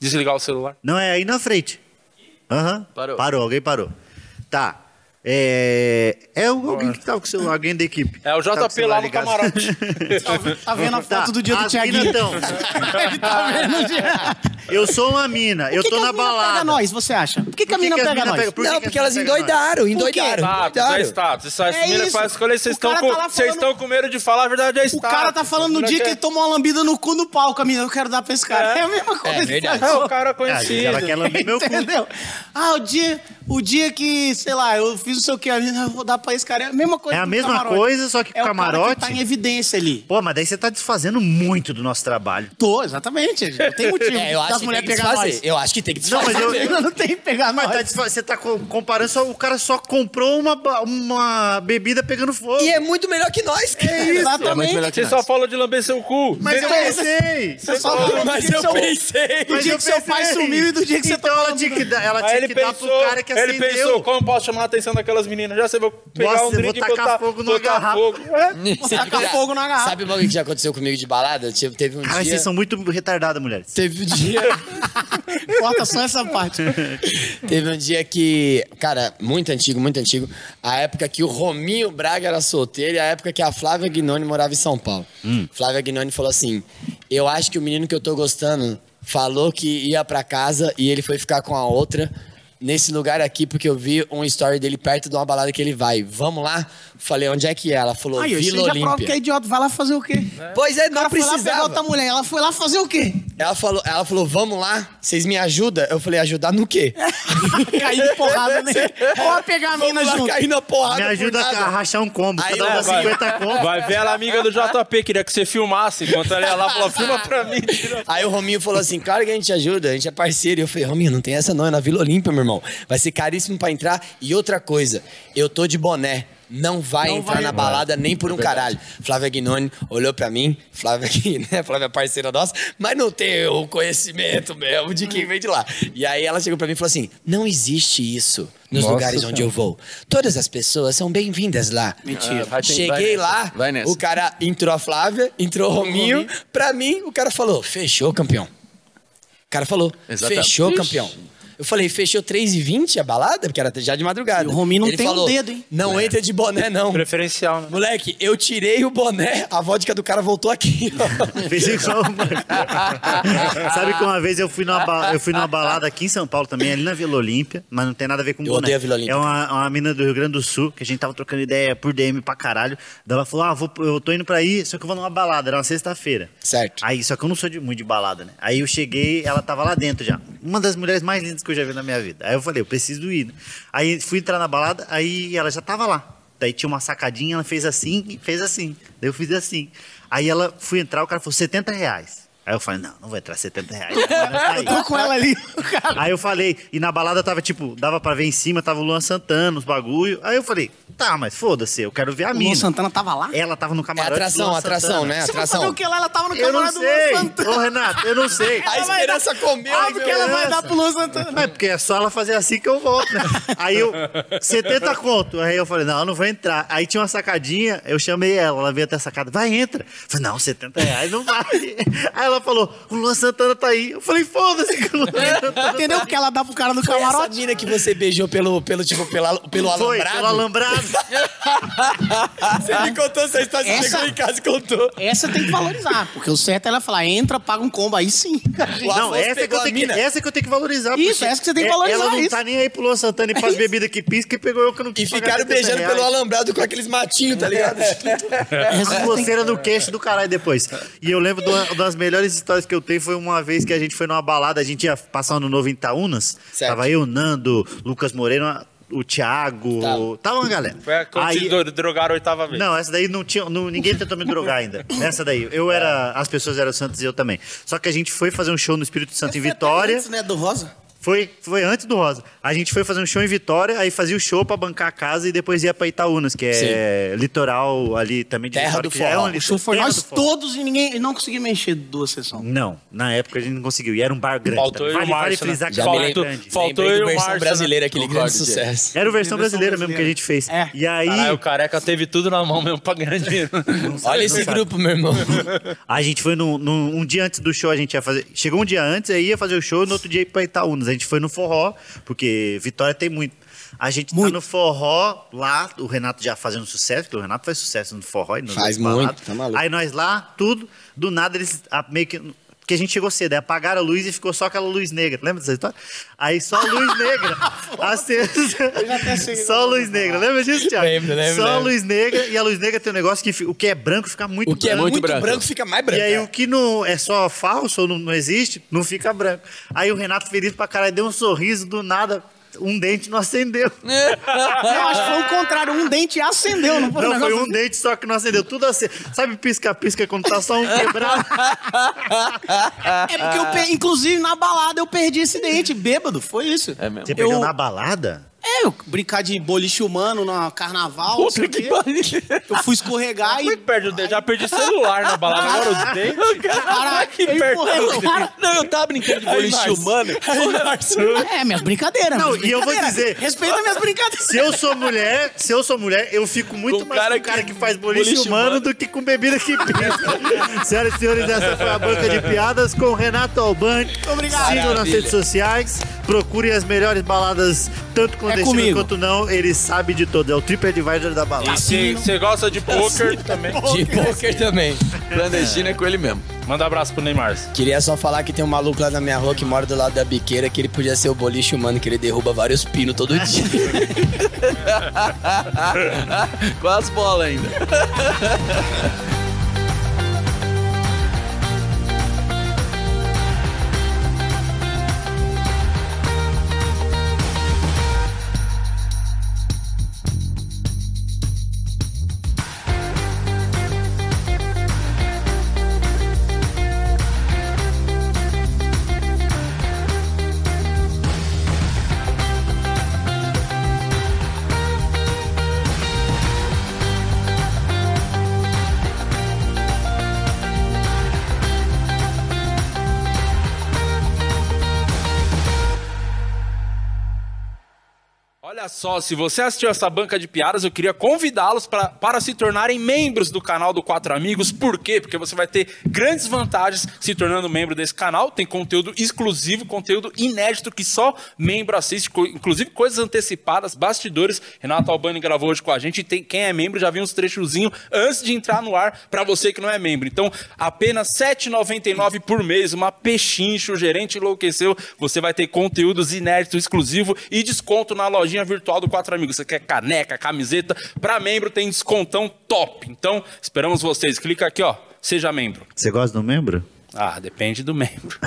[SPEAKER 2] desligar o celular.
[SPEAKER 1] Não, é aí na frente. Aham.
[SPEAKER 4] Parou.
[SPEAKER 1] Parou, alguém parou. Tá. É. É o- alguém que tava com o celular, alguém da equipe.
[SPEAKER 2] É o
[SPEAKER 1] Tava com
[SPEAKER 2] JP lá
[SPEAKER 1] celular
[SPEAKER 2] no
[SPEAKER 1] ligado.
[SPEAKER 2] camarote.
[SPEAKER 5] Tá vendo a
[SPEAKER 1] Tá,
[SPEAKER 5] foto do dia do
[SPEAKER 1] as
[SPEAKER 5] Thiaguinho?
[SPEAKER 1] mina tão.
[SPEAKER 5] Ele tá vendo o dia.
[SPEAKER 1] Eu sou uma mina, eu
[SPEAKER 5] Por que
[SPEAKER 1] tô
[SPEAKER 5] que
[SPEAKER 1] na
[SPEAKER 5] as mina Pega
[SPEAKER 1] balada.
[SPEAKER 5] nós, você acha? Por que, que a
[SPEAKER 1] Por que
[SPEAKER 5] mina
[SPEAKER 1] que as
[SPEAKER 5] pega
[SPEAKER 1] mina
[SPEAKER 5] nós?
[SPEAKER 1] pega- Por que
[SPEAKER 3] não,
[SPEAKER 1] que
[SPEAKER 3] porque
[SPEAKER 1] as
[SPEAKER 3] elas
[SPEAKER 1] mina pegam
[SPEAKER 3] endoidaram, endoidaram.
[SPEAKER 5] Ah,
[SPEAKER 2] Status, é
[SPEAKER 3] endoidaram.
[SPEAKER 2] status. Essa
[SPEAKER 5] É
[SPEAKER 2] primeira
[SPEAKER 5] isso.
[SPEAKER 2] faz escolha, vocês
[SPEAKER 5] O cara
[SPEAKER 2] estão com,
[SPEAKER 5] tá lá
[SPEAKER 2] vocês
[SPEAKER 5] falando-
[SPEAKER 2] estão com medo de falar a verdade, é
[SPEAKER 5] O
[SPEAKER 2] status.
[SPEAKER 5] cara tá falando no
[SPEAKER 2] Não
[SPEAKER 1] né?
[SPEAKER 5] dia que
[SPEAKER 2] quer-
[SPEAKER 5] ele tomou uma lambida no cu no pau, Camila. Eu quero dar pra esse cara. É, a mesma coisa.
[SPEAKER 3] É verdade.
[SPEAKER 2] É, o cara
[SPEAKER 1] Ah, gente, ela
[SPEAKER 2] conhecido.
[SPEAKER 1] quer lamber meu cu.
[SPEAKER 5] Entendeu? Ah, o dia, o dia que, sei lá, eu fiz não sei o que, eu vou dar pra esse cara. É a mesma coisa
[SPEAKER 1] É a
[SPEAKER 5] do
[SPEAKER 1] mesma
[SPEAKER 5] camarote.
[SPEAKER 1] coisa, só que
[SPEAKER 5] é O cara
[SPEAKER 1] camarote-
[SPEAKER 5] que tá em evidência ali.
[SPEAKER 1] Pô, mas daí você tá desfazendo muito do nosso trabalho.
[SPEAKER 5] Tô, exatamente. Não tem motivo
[SPEAKER 3] É, eu acho
[SPEAKER 5] das
[SPEAKER 3] que tem
[SPEAKER 5] mulheres
[SPEAKER 3] que
[SPEAKER 5] pegar
[SPEAKER 3] desfazer.
[SPEAKER 5] nós.
[SPEAKER 3] Eu acho que tem que
[SPEAKER 1] Não,
[SPEAKER 3] desfazer.
[SPEAKER 1] mas eu.
[SPEAKER 5] Ainda não tem que pegar
[SPEAKER 1] Mas tá
[SPEAKER 5] nós.
[SPEAKER 1] desfa- você tá co- comparando, só, o cara só comprou uma, ba- uma bebida pegando fogo.
[SPEAKER 3] E é muito melhor que nós, cara.
[SPEAKER 1] Tá
[SPEAKER 4] É muito
[SPEAKER 5] Exatamente.
[SPEAKER 4] melhor que
[SPEAKER 2] Você
[SPEAKER 4] nós.
[SPEAKER 2] só fala de lamber seu cu.
[SPEAKER 1] Mas
[SPEAKER 2] Você-
[SPEAKER 1] eu pensei!
[SPEAKER 5] Você só falou
[SPEAKER 3] Mas
[SPEAKER 5] do
[SPEAKER 3] eu
[SPEAKER 5] seu-
[SPEAKER 3] pensei.
[SPEAKER 5] do dia que seu pai sumiu e do dia que você um
[SPEAKER 1] Então ela tinha que dar, ela
[SPEAKER 2] Aí
[SPEAKER 1] tinha
[SPEAKER 2] ele
[SPEAKER 1] que dar
[SPEAKER 2] pensou,
[SPEAKER 1] pro cara que acendeu.
[SPEAKER 2] ele pensou, como posso chamar a atenção daquelas meninas? Já sei, vou pegar
[SPEAKER 1] Nossa,
[SPEAKER 2] um
[SPEAKER 1] eu vou
[SPEAKER 2] drink e
[SPEAKER 1] tacar
[SPEAKER 2] botar
[SPEAKER 1] fogo numa
[SPEAKER 2] botar
[SPEAKER 1] garrafa.
[SPEAKER 2] fogo. É.
[SPEAKER 5] Saca fogo na garrafa.
[SPEAKER 3] Sabe o bagulho que já aconteceu comigo de balada? Tipo, teve um
[SPEAKER 1] Cara,
[SPEAKER 3] dia...
[SPEAKER 1] vocês são muito retardadas, mulheres.
[SPEAKER 3] Teve um dia...
[SPEAKER 5] Corta só essa parte.
[SPEAKER 3] Teve um dia que, cara, muito antigo, muito antigo, a época que o Rominho Braga era solteiro e a época que a Flávia Gnoni morava em São Paulo.
[SPEAKER 5] Hum.
[SPEAKER 3] Flávia Gnoni falou assim: Eu acho que o menino que eu tô gostando falou que ia pra casa e ele foi ficar com a outra nesse lugar aqui, porque eu vi um story dele perto de uma balada que ele vai. Vamos lá? Falei, onde é que é? Ela falou,
[SPEAKER 5] Aí, você
[SPEAKER 3] Vila
[SPEAKER 5] já prova que é
[SPEAKER 3] Olímpia.
[SPEAKER 5] idiota. Vai lá fazer o quê?
[SPEAKER 3] Pois é, não
[SPEAKER 5] Ela foi lá pegar outra
[SPEAKER 3] precisava.
[SPEAKER 5] mulher. Ela foi lá fazer o quê?
[SPEAKER 3] Ela falou, ela falou, vamos lá? Vocês me ajudam? Eu falei, ajudar no quê?
[SPEAKER 5] Cair de porrada nele. Ou pegar É, a mina
[SPEAKER 3] Vamos lá,
[SPEAKER 5] junto.
[SPEAKER 3] cair na porrada
[SPEAKER 1] Me ajuda
[SPEAKER 3] por nada.
[SPEAKER 1] a rachar um combo.
[SPEAKER 3] Aí
[SPEAKER 1] Cada um
[SPEAKER 3] não,
[SPEAKER 1] dá
[SPEAKER 2] vai.
[SPEAKER 1] 50 combo.
[SPEAKER 2] Vai ver ela amiga do JP, queria que você filmasse. Enquanto ela ia lá, falou, filma pra mim. tira.
[SPEAKER 3] Aí o Rominho falou assim: claro que a gente ajuda, a gente é parceiro. E eu falei: Rominho, não tem essa não, é na Vila Olímpia, meu irmão. Vai ser caríssimo pra entrar. E outra coisa, eu tô de boné. Não vai entrar na balada nem por um caralho. Flávia Gnoni olhou pra mim, Flávia aqui, né? Flávia é parceira nossa, mas não tem o conhecimento mesmo de quem vem de lá. E aí ela chegou pra mim e falou assim: não existe isso nos
[SPEAKER 2] Nossa
[SPEAKER 3] lugares onde eu vou. Todas as pessoas são bem-vindas lá.
[SPEAKER 5] Mentira.
[SPEAKER 4] Vai, tem- vai
[SPEAKER 3] Cheguei
[SPEAKER 4] nessa,
[SPEAKER 3] lá,
[SPEAKER 4] Vai nessa.
[SPEAKER 3] o cara entrou a Flávia, entrou o Rominho. Pra mim, o cara falou: fechou, campeão. O cara falou:
[SPEAKER 4] Exatamente.
[SPEAKER 3] fechou, campeão. Eu falei, fechou 3h20 a balada? Porque era já de madrugada.
[SPEAKER 5] E o Rominho não
[SPEAKER 3] Ele
[SPEAKER 5] tem um
[SPEAKER 3] falou,
[SPEAKER 5] dedo, hein?
[SPEAKER 3] Não entra de boné, não.
[SPEAKER 2] Preferencial, né?
[SPEAKER 3] Moleque, eu tirei o boné, a vodka do cara voltou aqui. ó.
[SPEAKER 1] Fez igual o Marco. Sabe que uma vez eu fui, numa ba- eu fui numa balada aqui em São Paulo também, ali na Vila Olímpia, mas não tem nada a ver com
[SPEAKER 3] Eu
[SPEAKER 1] boné.
[SPEAKER 3] odeio a Vila Olímpia.
[SPEAKER 1] É uma, uma mina do Rio Grande do Sul, que a gente tava trocando ideia por DM pra caralho. Daí ela falou: Ah, vou- eu tô indo pra aí, só que eu vou numa balada, era uma sexta-feira.
[SPEAKER 3] Certo.
[SPEAKER 1] Aí, só que eu não sou de- muito de balada, né? Aí eu cheguei, ela tava lá dentro já. uma das mulheres mais lindas que eu já vi na minha vida. Aí eu falei, eu preciso ir. Aí fui entrar na balada, aí ela já tava lá. Daí tinha uma sacadinha, ela fez assim e fez assim. Daí eu fiz assim. Aí ela fui entrar, o cara falou 70 reais. Aí eu falei, não, não vou entrar 70 reais. não vai sair.
[SPEAKER 5] Tô com ela ali.
[SPEAKER 1] Aí eu falei, e na balada tava tipo, dava pra ver em cima, tava o Luan Santana, os bagulho. Aí eu falei, tá, mas foda-se, eu quero ver a
[SPEAKER 5] O Luan
[SPEAKER 1] mina.
[SPEAKER 5] Santana tava lá?
[SPEAKER 1] Ela tava no
[SPEAKER 3] É
[SPEAKER 1] camarote. do
[SPEAKER 3] atração,
[SPEAKER 1] Luan
[SPEAKER 3] atração,
[SPEAKER 1] Santana.
[SPEAKER 3] né?
[SPEAKER 5] Você vai saber
[SPEAKER 3] Atração.
[SPEAKER 5] o que é lá? Ela tava no
[SPEAKER 1] Eu não
[SPEAKER 5] camarote do Luan
[SPEAKER 1] sei.
[SPEAKER 5] Santana.
[SPEAKER 1] Ô, Renato, eu não sei.
[SPEAKER 3] A esperança comeu, hein,
[SPEAKER 5] Óbvio
[SPEAKER 3] meu?
[SPEAKER 5] que ela vai
[SPEAKER 1] essa.
[SPEAKER 5] dar pro Luan Santana.
[SPEAKER 1] É porque é só ela fazer assim que eu volto, né? Aí eu, 70 conto. Aí eu falei, não, eu não vou entrar. Aí tinha uma sacadinha, eu chamei ela, ela veio até a sacada, vai, entra. Eu falei, não, 70 reais não vai. Aí ela falou, o Luan Santana tá aí. Eu falei, foda-se que o Luan Santana tá aí.
[SPEAKER 5] Entendeu o que ela dá pro cara do
[SPEAKER 3] Foi essa
[SPEAKER 5] camarote?
[SPEAKER 3] mina que você beijou pelo, pelo tipo, pela, pelo
[SPEAKER 1] Foi,
[SPEAKER 3] alambrado?
[SPEAKER 1] pelo alambrado.
[SPEAKER 3] Você me contou essa história, você
[SPEAKER 5] Essa-
[SPEAKER 3] chegou em casa e contou.
[SPEAKER 5] Essa tem que valorizar, porque o certo é ela falar, entra, paga um combo, aí sim.
[SPEAKER 3] O
[SPEAKER 1] Não,
[SPEAKER 3] Afonso
[SPEAKER 1] essa é que,
[SPEAKER 3] pegou
[SPEAKER 1] eu
[SPEAKER 3] a
[SPEAKER 1] tenho que,
[SPEAKER 3] mina.
[SPEAKER 1] essa que eu tenho que valorizar.
[SPEAKER 5] Isso,
[SPEAKER 1] porque
[SPEAKER 5] essa que você tem que
[SPEAKER 1] é-
[SPEAKER 5] valorizar,
[SPEAKER 1] Ela não
[SPEAKER 5] isso.
[SPEAKER 1] tá nem aí pro Luan Santana e pras bebidas que pisca e pegou eu que não
[SPEAKER 3] E
[SPEAKER 1] quis pagar
[SPEAKER 3] ficaram
[SPEAKER 1] 70
[SPEAKER 3] beijando
[SPEAKER 1] reais.
[SPEAKER 3] pelo alambrado com aqueles matinhos, tá ligado?
[SPEAKER 1] Com coceira no queixo do caralho depois. E eu lembro de uma, das melhores histórias que eu tenho foi uma vez que a gente foi numa balada, a gente ia passar ano novo em Itaúnas.
[SPEAKER 3] Certo.
[SPEAKER 1] Tava eu, Nando, Lucas Moreira, o Thiago, tava uma galera.
[SPEAKER 2] Foi quando
[SPEAKER 1] Aí-
[SPEAKER 2] se dro- drogaram a oitava vez.
[SPEAKER 1] não, essa daí não tinha. não- ninguém tentou me drogar ainda. Essa daí. Eu era. As pessoas eram santas e eu também. Só que a gente foi fazer um show no Espírito Santo em Vitória.
[SPEAKER 5] Antes, né, do Rosa?
[SPEAKER 1] Foi, foi antes do Rosa. A gente foi fazer um show em Vitória, aí fazia o show pra bancar a casa e depois ia pra Itaúnas, que é litoral ali também de
[SPEAKER 3] Terra
[SPEAKER 1] Vitória,
[SPEAKER 3] do
[SPEAKER 1] que
[SPEAKER 3] forró.
[SPEAKER 1] é um
[SPEAKER 3] O
[SPEAKER 1] lito-
[SPEAKER 5] Foi
[SPEAKER 1] Terra
[SPEAKER 5] nós
[SPEAKER 1] do forró.
[SPEAKER 5] todos e ninguém e não conseguiu mexer duas sessões.
[SPEAKER 1] Não, na época a gente não conseguiu. E era um bar grande.
[SPEAKER 2] Faltou
[SPEAKER 1] também.
[SPEAKER 2] eu e
[SPEAKER 1] vale,
[SPEAKER 2] o
[SPEAKER 1] vale
[SPEAKER 2] Márcio, né?
[SPEAKER 1] frisar que
[SPEAKER 2] Já
[SPEAKER 1] era um
[SPEAKER 2] me
[SPEAKER 1] bar
[SPEAKER 2] lembro.
[SPEAKER 1] grande.
[SPEAKER 3] Faltou
[SPEAKER 2] Faltou
[SPEAKER 3] eu
[SPEAKER 2] eu e o
[SPEAKER 3] versão
[SPEAKER 2] Marcio, né?
[SPEAKER 3] brasileira, aquele grande
[SPEAKER 4] Concordo,
[SPEAKER 3] sucesso.
[SPEAKER 1] Era a versão brasileira mesmo que a
[SPEAKER 5] brasileira.
[SPEAKER 1] gente fez.
[SPEAKER 5] É.
[SPEAKER 1] E aí,
[SPEAKER 2] Caralho, o careca teve tudo na mão mesmo pra ganhar dinheiro.
[SPEAKER 3] Olha esse
[SPEAKER 1] sabe.
[SPEAKER 3] grupo, meu irmão.
[SPEAKER 1] a gente foi num, num- um dia antes do show, a gente ia fazer. Chegou um dia antes, aí ia fazer o show, no outro dia ia pra Itaúnas. A gente foi no forró, porque Vitória tem muito. A gente tá no forró lá, o Renato já fazendo sucesso, porque o Renato faz sucesso no forró e no nas
[SPEAKER 3] Faz
[SPEAKER 1] baladas.
[SPEAKER 3] muito, tá maluco.
[SPEAKER 1] Aí nós lá, tudo, do nada eles ah, meio que. Porque a gente chegou cedo, aí apagaram a luz e ficou só aquela luz negra. Lembra dessa história? Aí só a luz negra. acesa. só a luz negra. Lembra disso, Thiago?
[SPEAKER 3] Lembro, lembro,
[SPEAKER 1] Só a
[SPEAKER 3] lembro.
[SPEAKER 1] luz negra. E a luz negra tem um negócio que fi- o que é branco fica muito
[SPEAKER 3] O que é
[SPEAKER 1] branco.
[SPEAKER 3] muito,
[SPEAKER 4] Muito
[SPEAKER 3] branco.
[SPEAKER 4] branco.
[SPEAKER 3] fica mais
[SPEAKER 1] E
[SPEAKER 3] branco.
[SPEAKER 1] aí
[SPEAKER 3] é.
[SPEAKER 1] o que não é só falso ou não, não existe, não fica branco. Aí o Renato feliz pra caralho, deu um sorriso do nada, um dente não acendeu.
[SPEAKER 5] É, Não, acho que foi o contrário. Um dente acendeu, não foi um
[SPEAKER 1] Não, foi um
[SPEAKER 5] negócio
[SPEAKER 1] dente só que não acendeu. Tudo assim. Sabe pisca-pisca quando tá só um quebrado?
[SPEAKER 5] É porque eu, pe- inclusive, na balada eu perdi esse dente, bêbado, foi isso.
[SPEAKER 4] É mesmo?
[SPEAKER 1] Você perdeu
[SPEAKER 5] Eu-
[SPEAKER 1] na balada?
[SPEAKER 5] É, eu brincar de boliche humano no carnaval, não sei o quê. Eu fui escorregar
[SPEAKER 2] Fui
[SPEAKER 5] e.
[SPEAKER 2] perto do- já perdi celular na balada, agora o dente.
[SPEAKER 3] Ah,
[SPEAKER 5] Caraca,
[SPEAKER 2] que perto.
[SPEAKER 4] Não, eu tava brincando de boliche humano.
[SPEAKER 5] É, minhas brincadeiras.
[SPEAKER 1] Não,
[SPEAKER 5] minhas
[SPEAKER 1] e eu vou
[SPEAKER 5] brincadeiras.
[SPEAKER 1] dizer-
[SPEAKER 5] Respeita minhas brincadeiras.
[SPEAKER 1] Se eu sou mulher, se eu sou mulher, eu fico muito
[SPEAKER 4] Com
[SPEAKER 1] mais
[SPEAKER 4] cara
[SPEAKER 1] com o cara que,
[SPEAKER 4] que-
[SPEAKER 1] faz boliche,
[SPEAKER 4] boliche
[SPEAKER 1] humano,
[SPEAKER 4] humano.
[SPEAKER 1] do que com bebida que pisca. Senhoras e senhores, essa foi a banca de piadas com o Renato Albani.
[SPEAKER 5] Obrigado.
[SPEAKER 1] Sigam nas
[SPEAKER 4] Maravilha.
[SPEAKER 1] redes sociais, procurem as melhores baladas, tanto clandestinas
[SPEAKER 5] É comigo.
[SPEAKER 1] quanto não. Ele sabe de tudo, é o TripAdvisor da balada.
[SPEAKER 2] E você gosta de poker também?
[SPEAKER 3] De poker também.
[SPEAKER 4] Clandestina é com ele mesmo.
[SPEAKER 2] Manda abraço pro Neymar.
[SPEAKER 3] Queria só falar que tem um maluco lá na minha rua que mora do lado da biqueira que ele podia ser o boliche humano, que ele derruba vários pinos todo dia.
[SPEAKER 4] Com as bolas ainda.
[SPEAKER 2] Olha só, se você assistiu essa banca de piadas, eu queria convidá-los pra- para se tornarem membros do canal do Quatro Amigos. Por quê? Porque você vai ter grandes vantagens se tornando membro desse canal. Tem conteúdo exclusivo, conteúdo inédito que só membro assiste, co- inclusive coisas antecipadas, bastidores. Renato Albani gravou hoje com a gente. e Tem, quem é membro já viu uns trechozinhos antes de entrar no ar para você que não é membro. Então, apenas R$ 7,99 por mês, uma pechincha, o gerente enlouqueceu. Você vai ter conteúdos inéditos, exclusivo e desconto na lojinha virtual do Quatro Amigos. Você quer caneca, camiseta? Para membro tem descontão top. Então, esperamos vocês. Clica aqui, ó. Seja membro.
[SPEAKER 1] Você gosta do membro?
[SPEAKER 2] Ah, depende do membro.